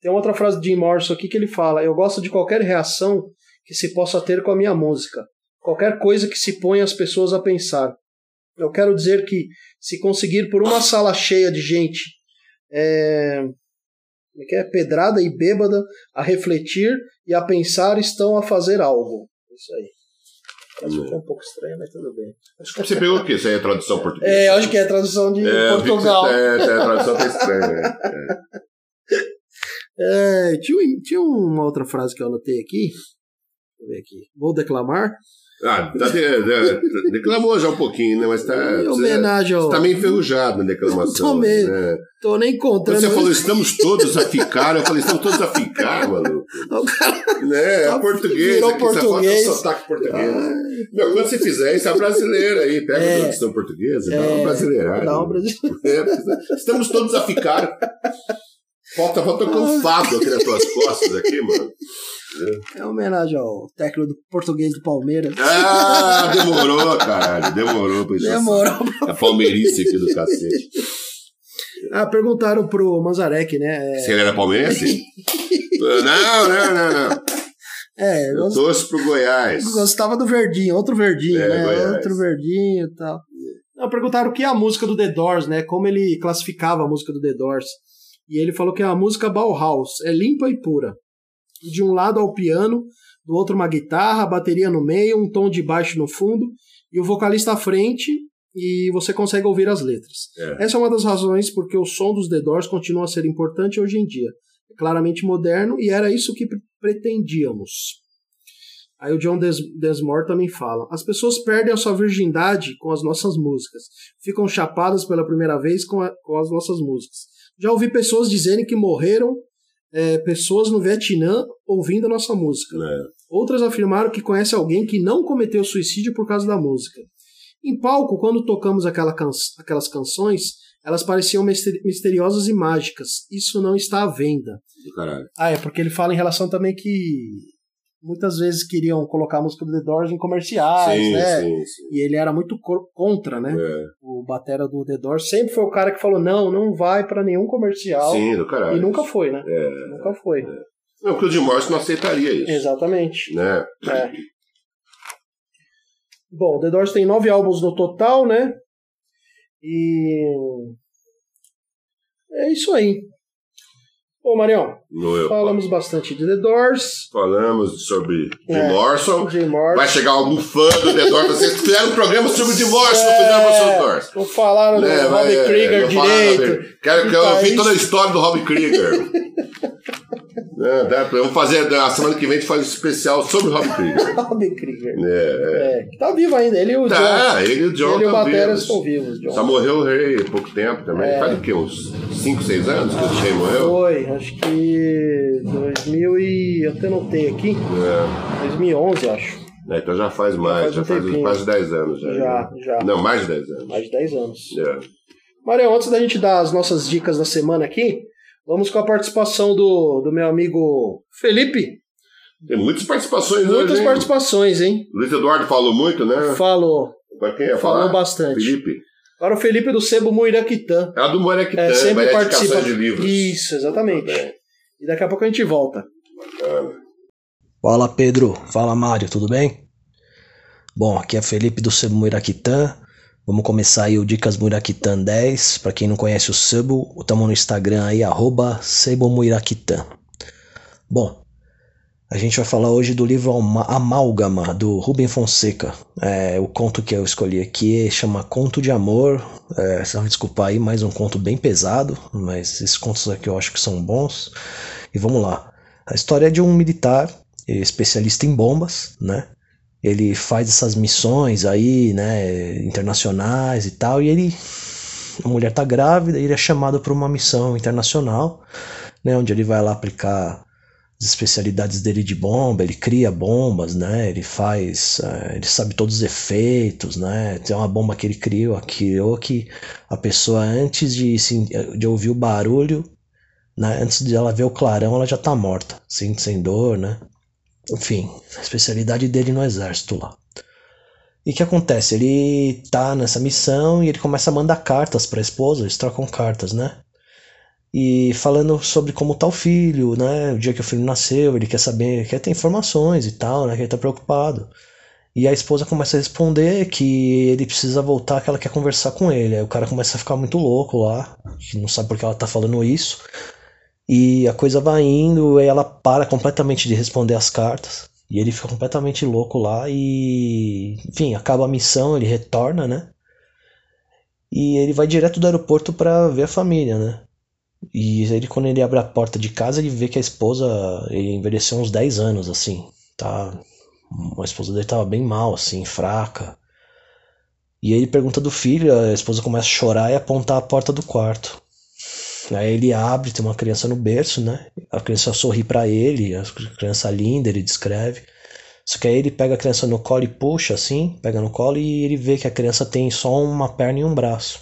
Tem outra frase de Jim Morrison aqui que ele fala: Eu gosto de qualquer reação que se possa ter com a minha música, qualquer coisa que se ponha as pessoas a pensar. Eu quero dizer que se conseguir por uma sala cheia de gente é, como é que é? pedrada e bêbada a refletir e a pensar, estão a fazer algo. Isso aí. Acho que é um pouco estranho, mas tudo bem. Acho que você pegou o quê? Isso aí é tradução portuguesa? É, acho que é a tradução de É, eu vi que Portugal. você- É, é, a tradução tá estranha, né? É, tinha, um- tinha uma outra frase que eu anotei aqui. Deixa eu ver aqui. Vou declamar. Ah, tá de- de- declamou já um pouquinho, né? Mas tá. em Você, homenagem ao. você tá meio enferrujado na declamação. Tô meio. né? Tô nem Quando encontrando. né? você falou, estamos todos a ficar, eu falei, estamos todos a ficar, maluco. O cara Né? É Só português. virou aqui, só português. falta o é sotaque português. Meu, quando você fizer isso, é brasileiro aí. Pega É. a tradução portuguesa, dá É. uma brasileirada. da obra de. É, estamos todos a ficar. Falta, falta com um fado aqui nas tuas costas aqui, mano. É uma homenagem ao técnico do português do Palmeiras. Ah, demorou, caralho. Demorou pra isso. Demorou. A palmeirice aqui do cacete. Ah, perguntaram pro Manzarek, né? Se ele era palmeirense? não, não, não, não. É, Eu eu torço pro Goiás. gostava do Verdinho, outro Verdinho, É, né? Goiás. Outro Verdinho e tal. Não, perguntaram o que é a música do The Doors, né? Como ele classificava a música do The Doors. E ele falou que é a música Bauhaus, é limpa e pura. De um lado ao piano, do outro uma guitarra, a bateria no meio, um tom de baixo no fundo e o vocalista à frente e você consegue ouvir as letras. É. Essa é uma das razões porque o som dos The Doors continua a ser importante hoje em dia. É claramente moderno e era isso que pre- pretendíamos. Aí o John Des Desmore também fala: as pessoas perdem a sua virgindade com as nossas músicas, ficam chapadas pela primeira vez com, a- com as nossas músicas. Já ouvi pessoas dizerem que morreram eh, pessoas no Vietnã ouvindo a nossa música. Né? Outras afirmaram que conhece alguém que não cometeu suicídio por causa da música. Em palco, quando tocamos aquela can- aquelas canções, elas pareciam mister- misteriosas e mágicas. Isso não está à venda. Do caralho. Ah, é porque ele fala em relação também que muitas vezes queriam colocar a música do The Doors em comerciais, sim, né? sim, sim. E ele era muito co- contra, né? É. O batera do The Doors sempre foi o cara que falou: não, não vai pra nenhum comercial. Sim, do caralho. E É nunca foi, né? É. Nunca foi. Não, porque o de Morris não aceitaria isso. Exatamente. Né? É. Bom, The Doors tem nove álbuns no total, né? E. É isso aí. Bom, Marião, No, eu- falamos bastante de The Doors. Falamos sobre Jim É. Morrison. Jim Morrison. Vai chegar algum fã do The Doors. Vocês fizeram um programa sobre o Jim Morrison, não fizeram É, sobre o Doors. Não falaram do Né, vai, Robbie é, Krieger não falaram, direito. né? Quero que eu Que ouvi país. toda a história do Rob Krieger. É, dá pra- vamos fazer a semana que vem a gente faz um especial sobre o Rob Krieger. Robbie Krieger. É, é. É, que tá vivo ainda. Ele e o John. Tá, ele e o ele e John o estão Batera vivos. Tá estão vivos, John. Só morreu o rei há pouco tempo também. É. Faz o quê? Uns 5, 6 anos que o rei morreu? Foi, acho que 2000 e... Eu até notei aqui. É. 2011, acho. É, então já faz Faz mais, já um faz tempinho. quase 10 anos. Já, Já, né? já. Não, mais de 10 anos. Mais de 10 anos. É. Marião, antes da gente dar as nossas dicas da semana aqui, vamos com a participação do, do meu amigo Felipe. Tem muitas participações Muitas hoje, hein? participações, hein? Luiz Eduardo falou muito, né? Falou, Pra quem ia falar? falou bastante. Felipe. Agora o Felipe do Sebo Muiraquitã. É a do Morequitã, É, sempre participa. de livros. Isso, exatamente. Tá bem. E daqui a pouco a gente volta. Fala Pedro, fala Mário, tudo bem? Bom, aqui é Felipe do Sebo Muiraquitã. Vamos começar aí o Dicas Muiraquitã 10. Para quem não conhece o Sebo, estamos no Instagram aí, arroba Sebo Muiraquitã. Bom, a gente vai falar hoje do livro Alma- Amálgama, do Rubem Fonseca. É, o conto que eu escolhi aqui chama Conto de Amor. É, vocês vão me desculpar aí, mais um conto bem pesado, mas esses contos aqui eu acho que são bons. E vamos lá. A história é de um militar especialista em bombas, né? Ele faz essas missões aí, né, internacionais e tal, e ele a mulher tá grávida, e ele é chamado para uma missão internacional, né, onde ele vai lá aplicar as especialidades dele de bomba, ele cria bombas, né? Ele faz, eh, ele sabe todos os efeitos, né? Tem uma bomba que ele criou, criou que a pessoa antes de, se- de ouvir o barulho, né, antes de ela ver o clarão, ela já tá morta, sem, sem dor, né? Enfim, a especialidade dele no exército lá. E o que acontece? Ele tá nessa missão e ele começa a mandar cartas pra esposa, eles trocam cartas, né? E falando sobre como tá o filho, né? O dia que o filho nasceu, ele quer saber, quer ter informações e tal, né? Que ele tá preocupado. E a esposa começa a responder que ele precisa voltar, que ela quer conversar com ele. Aí o cara começa a ficar muito louco lá, que não sabe por que ela tá falando isso. E a coisa vai indo, e ela para completamente de responder as cartas. E ele fica completamente louco lá e, enfim, acaba a missão, ele retorna, né? E ele vai direto do aeroporto pra ver a família, né? E ele, quando ele abre a porta de casa, ele vê que a esposa ele envelheceu uns 10 anos, assim. Tá... A esposa dele tava bem mal, assim, fraca. E ele pergunta do filho, a esposa começa a chorar e apontar a porta do quarto. Aí ele abre, tem uma criança no berço, né? A criança sorri pra ele, a criança linda, ele descreve. Só que aí ele pega a criança no colo e puxa assim, pega no colo e ele vê que a criança tem só uma perna e um braço.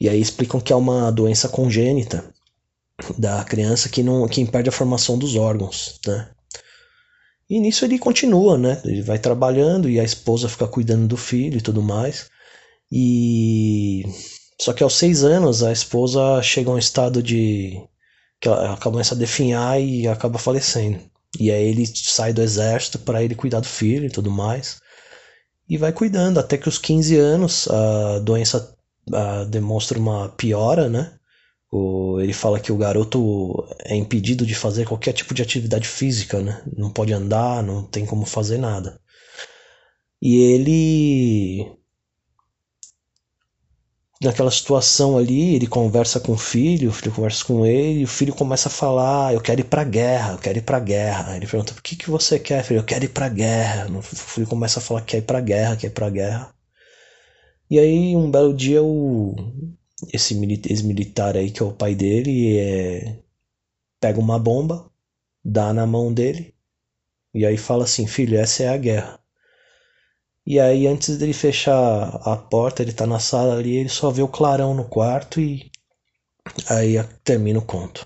E aí explicam que é uma doença congênita da criança que não que impede a formação dos órgãos, né? E nisso ele continua, né? Ele vai trabalhando e a esposa fica cuidando do filho e tudo mais. E só que aos seis anos a esposa chega a um estado de que ela começa a definhar e acaba falecendo. E aí ele sai do exército para ele cuidar do filho e tudo mais. E vai cuidando até que os 15 anos a doença a, demonstra uma piora, né? O, ele fala que o garoto é impedido de fazer qualquer tipo de atividade física, né? Não pode andar, não tem como fazer nada. E ele. Naquela situação ali, ele conversa com o filho, o filho conversa com ele, e o filho começa a falar: Eu quero ir pra guerra, eu quero ir pra guerra. Ele pergunta: Por que, que você quer? Filho, eu quero ir pra guerra. O filho começa a falar: Quer ir pra guerra, quer ir pra guerra. E aí, um belo dia, o, esse ex-militar aí, que é o pai dele, é... pega uma bomba, dá na mão dele, e aí fala assim: Filho, essa é a guerra. E aí, antes dele fechar a porta, ele tá na sala ali, ele só vê o clarão no quarto e aí termina o conto.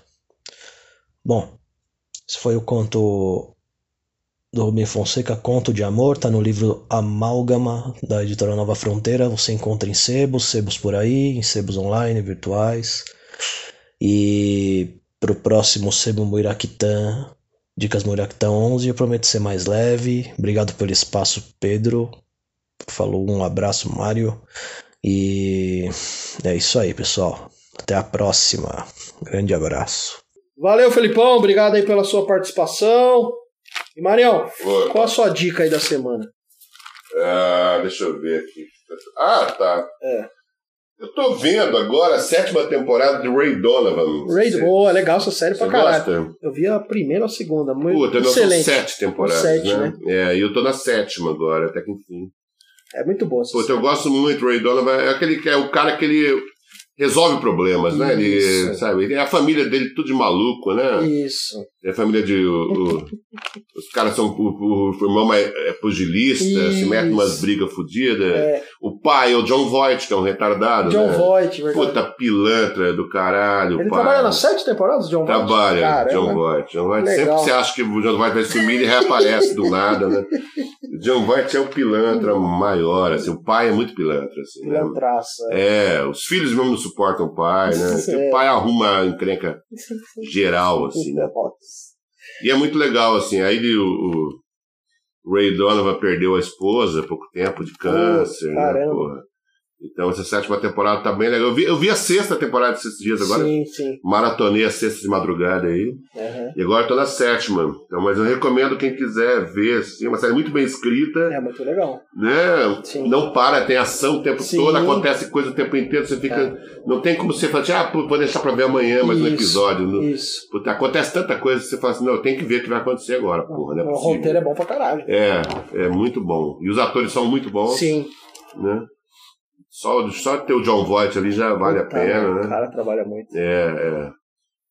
Bom, esse foi o conto do Rubem Fonseca, Conto de Amor, tá no livro Amálgama, da editora Nova Fronteira. Você encontra em sebos, sebos por aí, em sebos online, virtuais. E pro próximo sebo Muiraquitã, Dicas Muiraquitã 11, eu prometo ser mais leve. Obrigado pelo espaço, Pedro. Falou, um abraço, Mário. E é isso aí, pessoal. Até a próxima. Grande abraço. Valeu, Felipão. Obrigado aí pela sua participação. E Marião, Oi. qual a sua dica aí da semana? Ah, deixa eu ver aqui. Ah, tá. É. Eu tô vendo agora a sétima temporada de Ray Donovan. Raid Você- boa, legal essa série é pra Você caralho. gosta? Eu vi a primeira ou a segunda, muito Puta, não, são excelente. sete temporadas, São sete, né? É, e eu tô na sétima agora, até que enfim. É muito boa essa Puta, eu gosto muito do Ray Donovan. É aquele que é o cara que ele resolve problemas, né? Ele, Isso. sabe, ele- é a família dele tudo de maluco, né? série. Isso. É a família de. o- o- os caras são. O, o, o irmão é, é pugilista, se Isso. mete umas brigas fodidas. É, O pai é o John Voight, que é um retardado. John né? Voight, verdade. Puta pilantra do caralho. ele pai. trabalha nas sete temporadas, John Voight? Trabalha, Caramba. John Voight. John Voight. Legal. Sempre que você acha que o John Voight vai sumir, ele reaparece do nada, né? O John Voight é o pilantra maior, assim. O pai é muito pilantra, assim. né? Pilantraça. É, os filhos mesmo não suportam o pai, né? Isso, Porque é. O pai arruma encrenca geral, assim, né? E é muito legal, assim. Aí ele, o, o Ray Donovan perdeu a esposa há pouco tempo de câncer, né? caramba. Porra. Então essa sétima temporada tá bem legal. Eu vi, eu vi a sexta temporada esses dias agora. Sim, sim. Maratonei a sexta de madrugada aí. Aham. E agora tô na sétima. Então, mas eu recomendo quem quiser ver, assim, é uma série muito bem escrita, É muito legal. né? Sim. Não para, tem ação o tempo Sim. todo, acontece coisa o tempo inteiro, você fica. É, Não tem como você falar assim, ah, pô, vou deixar pra ver amanhã mais um Isso, episódio. Não- Isso. Puta, acontece tanta coisa que você fala assim, não, eu tenho que ver o que vai acontecer agora, porra, né? Ah, o roteiro é bom pra caralho. É, é muito bom. E os atores são muito bons, Sim. né? Só, só ter o John Voight ali já vale Puta, a pena, né? O cara trabalha muito. É, é.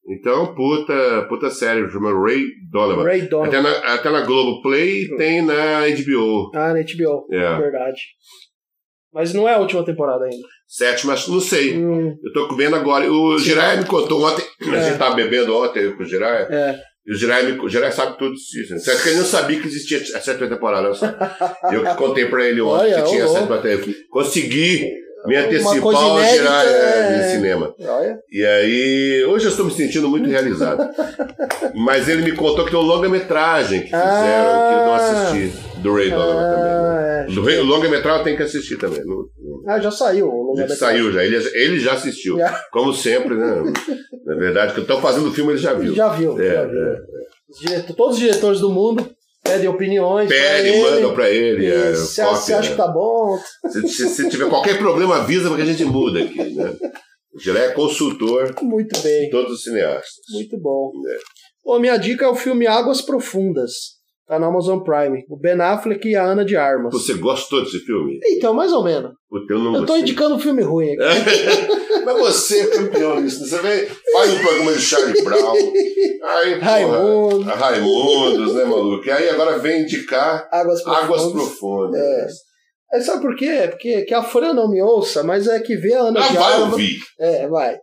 Então, puta, puta série, chama Ray Donovan. Ray Donovan. Até na, até na Globoplay Hum. e tem né, na HBO. Ah, na HBO. É. Verdade. Mas não é a última temporada ainda. Sétima, acho- não sei. Hum, Eu tô vendo agora. O Girai me contou ontem. A gente tava bebendo ontem com o Girai. é. E o Girai, me, o Girai sabe tudo disso. né? Certo que ele não sabia que existia a sétima temporada. Eu, só- eu que contei pra ele ontem Olha, que tinha a ô, sétima temporada. Consegui me antecipar coisa ao inédita, Girai é, é. no cinema. Olha. E aí, hoje eu estou me sentindo muito realizado. Mas ele me contou que tem um longa-metragem que fizeram, que eu não assisti, do Ray Donovan também. né? Ah, Do Ray- O longa-metragem tem que assistir também. não- não- é. Ah, já saiu o Ele longa-metragem. saiu já, ele, ele já assistiu. Já. Como sempre, né? Na verdade, que estão fazendo o filme, ele já viu. Já viu. É, já viu. Os direto- todos os diretores do mundo pedem opiniões. Pede, pra manda pra ele. é, Isso, Você acha, você cópia, acha que tá bom? né? se, se- se tiver qualquer problema, avisa porque a gente muda aqui, né? O Gilé é consultor Muito de bem. todos os cineastas. Muito bom. É. Bom, minha dica é o filme Águas Profundas. Tá na Amazon Prime. O Ben Affleck e a Ana de Armas. Você gostou desse filme? Então, mais ou menos. Puta, eu não Eu tô gostei. indicando um filme ruim aqui. Mas você é campeão nisso. Você vem, faz um programa de Charlie Brown. Aí, porra, Raimundo. Raimundos, né, maluco? E aí agora vem indicar Águas Profundas. Águas Profundas. É. É, sabe por quê? É porque que a Fran não me ouça, mas é que ver a Ana Ah, de vai Armas. ouvir. É, vai.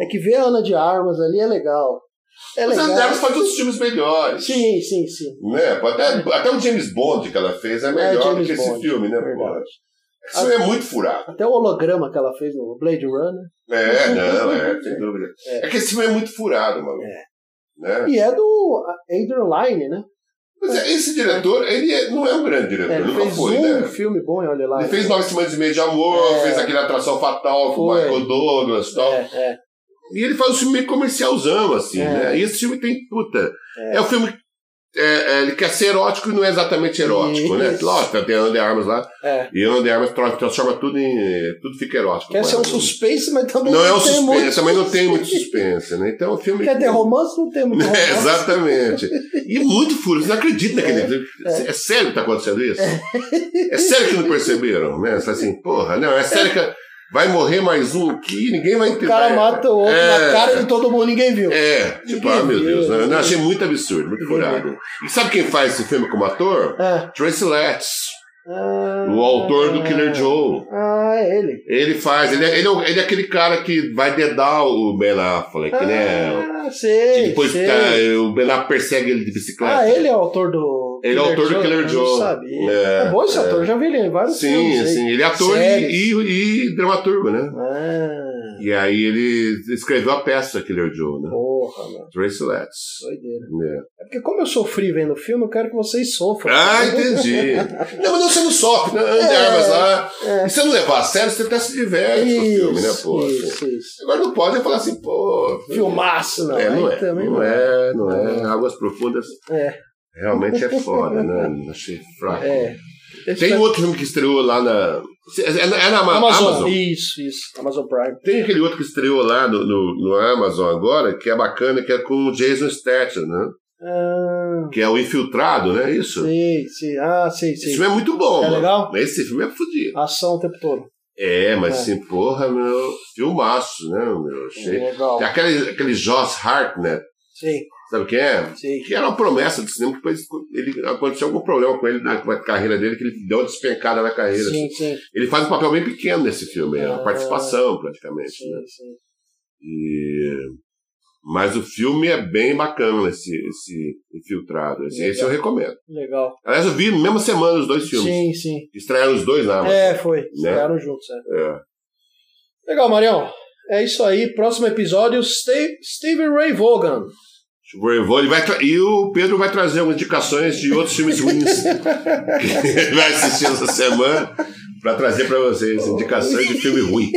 É que ver a Ana de Armas ali é legal. É Mas ela legal. deve fazer uns filmes melhores. Sim, sim, sim. Né? Pô, Até, até o James Bond que ela fez é melhor do James que esse Bond, filme, né? Pô? verdade. Isso é muito furado. Até o holograma que ela fez no Blade Runner. É, não, é, sem dúvida. É. É que esse filme é muito furado, maluco. É. Né? E é do Adrian Line, né? Mas é, esse diretor, ele é- não é um grande diretor, É, ele nunca fez foi, um né? filme bom, e olha lá. Ele fez Nove Semanas e Meia de Amor, É. fez aquele Atração Fatal com o Foi. Michael Douglas e tal. É, é. E ele faz um filme meio comercialzão, assim, É. né? E esse filme tem, puta. É. É, um filme. é, é, ele quer ser erótico e não é exatamente erótico, né? Isso. Lógico, tem a Ana de Armas lá. É. E a Ana de Armas tro- transforma tudo em. Tudo fica erótico. Quer com ser um ela. suspense, mas também Não é um tem suspense, muito. também não tem muito suspense, né? Então é um filme. Quer ter romance, não tem muito romance. É, exatamente. E muito furo, você não acredita naquele. É, sério que tá acontecendo isso? É. sério que não perceberam, né? Você assim, porra, não, é sério que vai morrer mais um aqui e ninguém vai entender. O cara mata o outro na É. cara de todo mundo, ninguém viu. É, tipo, ah, meu Deus, né? Eu não, achei muito absurdo, muito Ninguém furado. E sabe quem faz esse filme como ator? É. Tracy Letts, Ah, o autor do Killer Joe. Ah, é ele. Ele faz, ele é, ele é o- ele é aquele cara que vai dedar o Ben Affleck, né? Ah, sei, Que depois sei. tá- o Ben Affleck persegue ele de bicicleta. Ah, ele é o autor do. Ele é o autor do Killer Eu Joe. Não sabia. É, É, bom esse ator, já vi ele em vários filmes. Sim, aí. sim. Ele é ator e, Séries. e, e dramaturgo, né? Ah, E aí ele escreveu a peça Killer Joe, né? porra, mano. Tracy Letts. Doideira. É. É porque como eu sofri vendo o filme, eu quero que vocês sofram. Ah, entendi. não, mas não, você não sofre, né? Ande É, armas lá. é. E se você não levar a sério, você até se diverte com o filme, né, Isso, pô? isso, isso. Agora não pode falar assim, pô. Filmaço, não. É, não Aí é. também Não é, não é. Águas profundas. É. Realmente é foda, né? Achei fraco. É. Tem um outro filme que estreou lá na. É na, é na Ama- Amazon. Amazon. Isso, isso. Amazon Prime. Tem aquele outro que estreou lá no, no, no Amazon agora, que é bacana, que é com o Jason Statham, né? Ah, Que é o Infiltrado, né? Isso. sei, sei. Ah, sei, Esse sei. filme é muito bom, É mano. legal? Esse filme é fodido. Ação o tempo todo. É, mas É. assim, porra, meu, filmaço, né, meu? Achei. Legal. Tem Aquele, aquele Joss Hartnett, né? Sei, sabe quem é? sei. Que era uma promessa do cinema, que depois ele, aconteceu algum problema com ele na com a carreira dele, que ele deu uma despencada na carreira. Sim, sim, Ele faz um papel bem pequeno nesse filme, é Ah. uma participação praticamente, né? sim, sim. E... Mas o filme é bem bacana, esse, esse Infiltrado. Esse, Legal. esse eu recomendo. Legal. Aliás, eu vi na mesma semana os dois filmes. Sim, sim. Estrearam os dois na Amazon. É, foi. Ficaram juntos, é. Tá Né? É. Legal, Marião. É isso aí. Próximo episódio, Ste- Steven Ray Vaughan. Eu vou- Tipo, ele vai tra- E o Pedro vai trazer algumas indicações de outros filmes ruins que ele vai assistir essa semana para trazer para vocês indicações de filme ruim.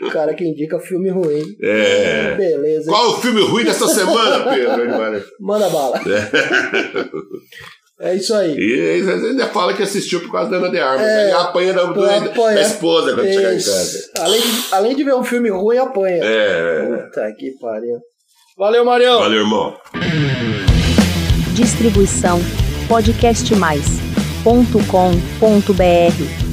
O cara que indica filme ruim. É. Beleza. hein? Qual o filme ruim dessa semana, Pedro? Ele vai- Manda bala. É isso E aí. ele ainda fala que assistiu por causa da Ana de Armas. É. Ele apanha da, do- Apanha. da esposa quando chegar em casa. Isso. Além de, além de ver um filme ruim, apanha. É. Puta que pariu. Valeu, Marião. Valeu, irmão. Distribuição podcast podcastmais.com.br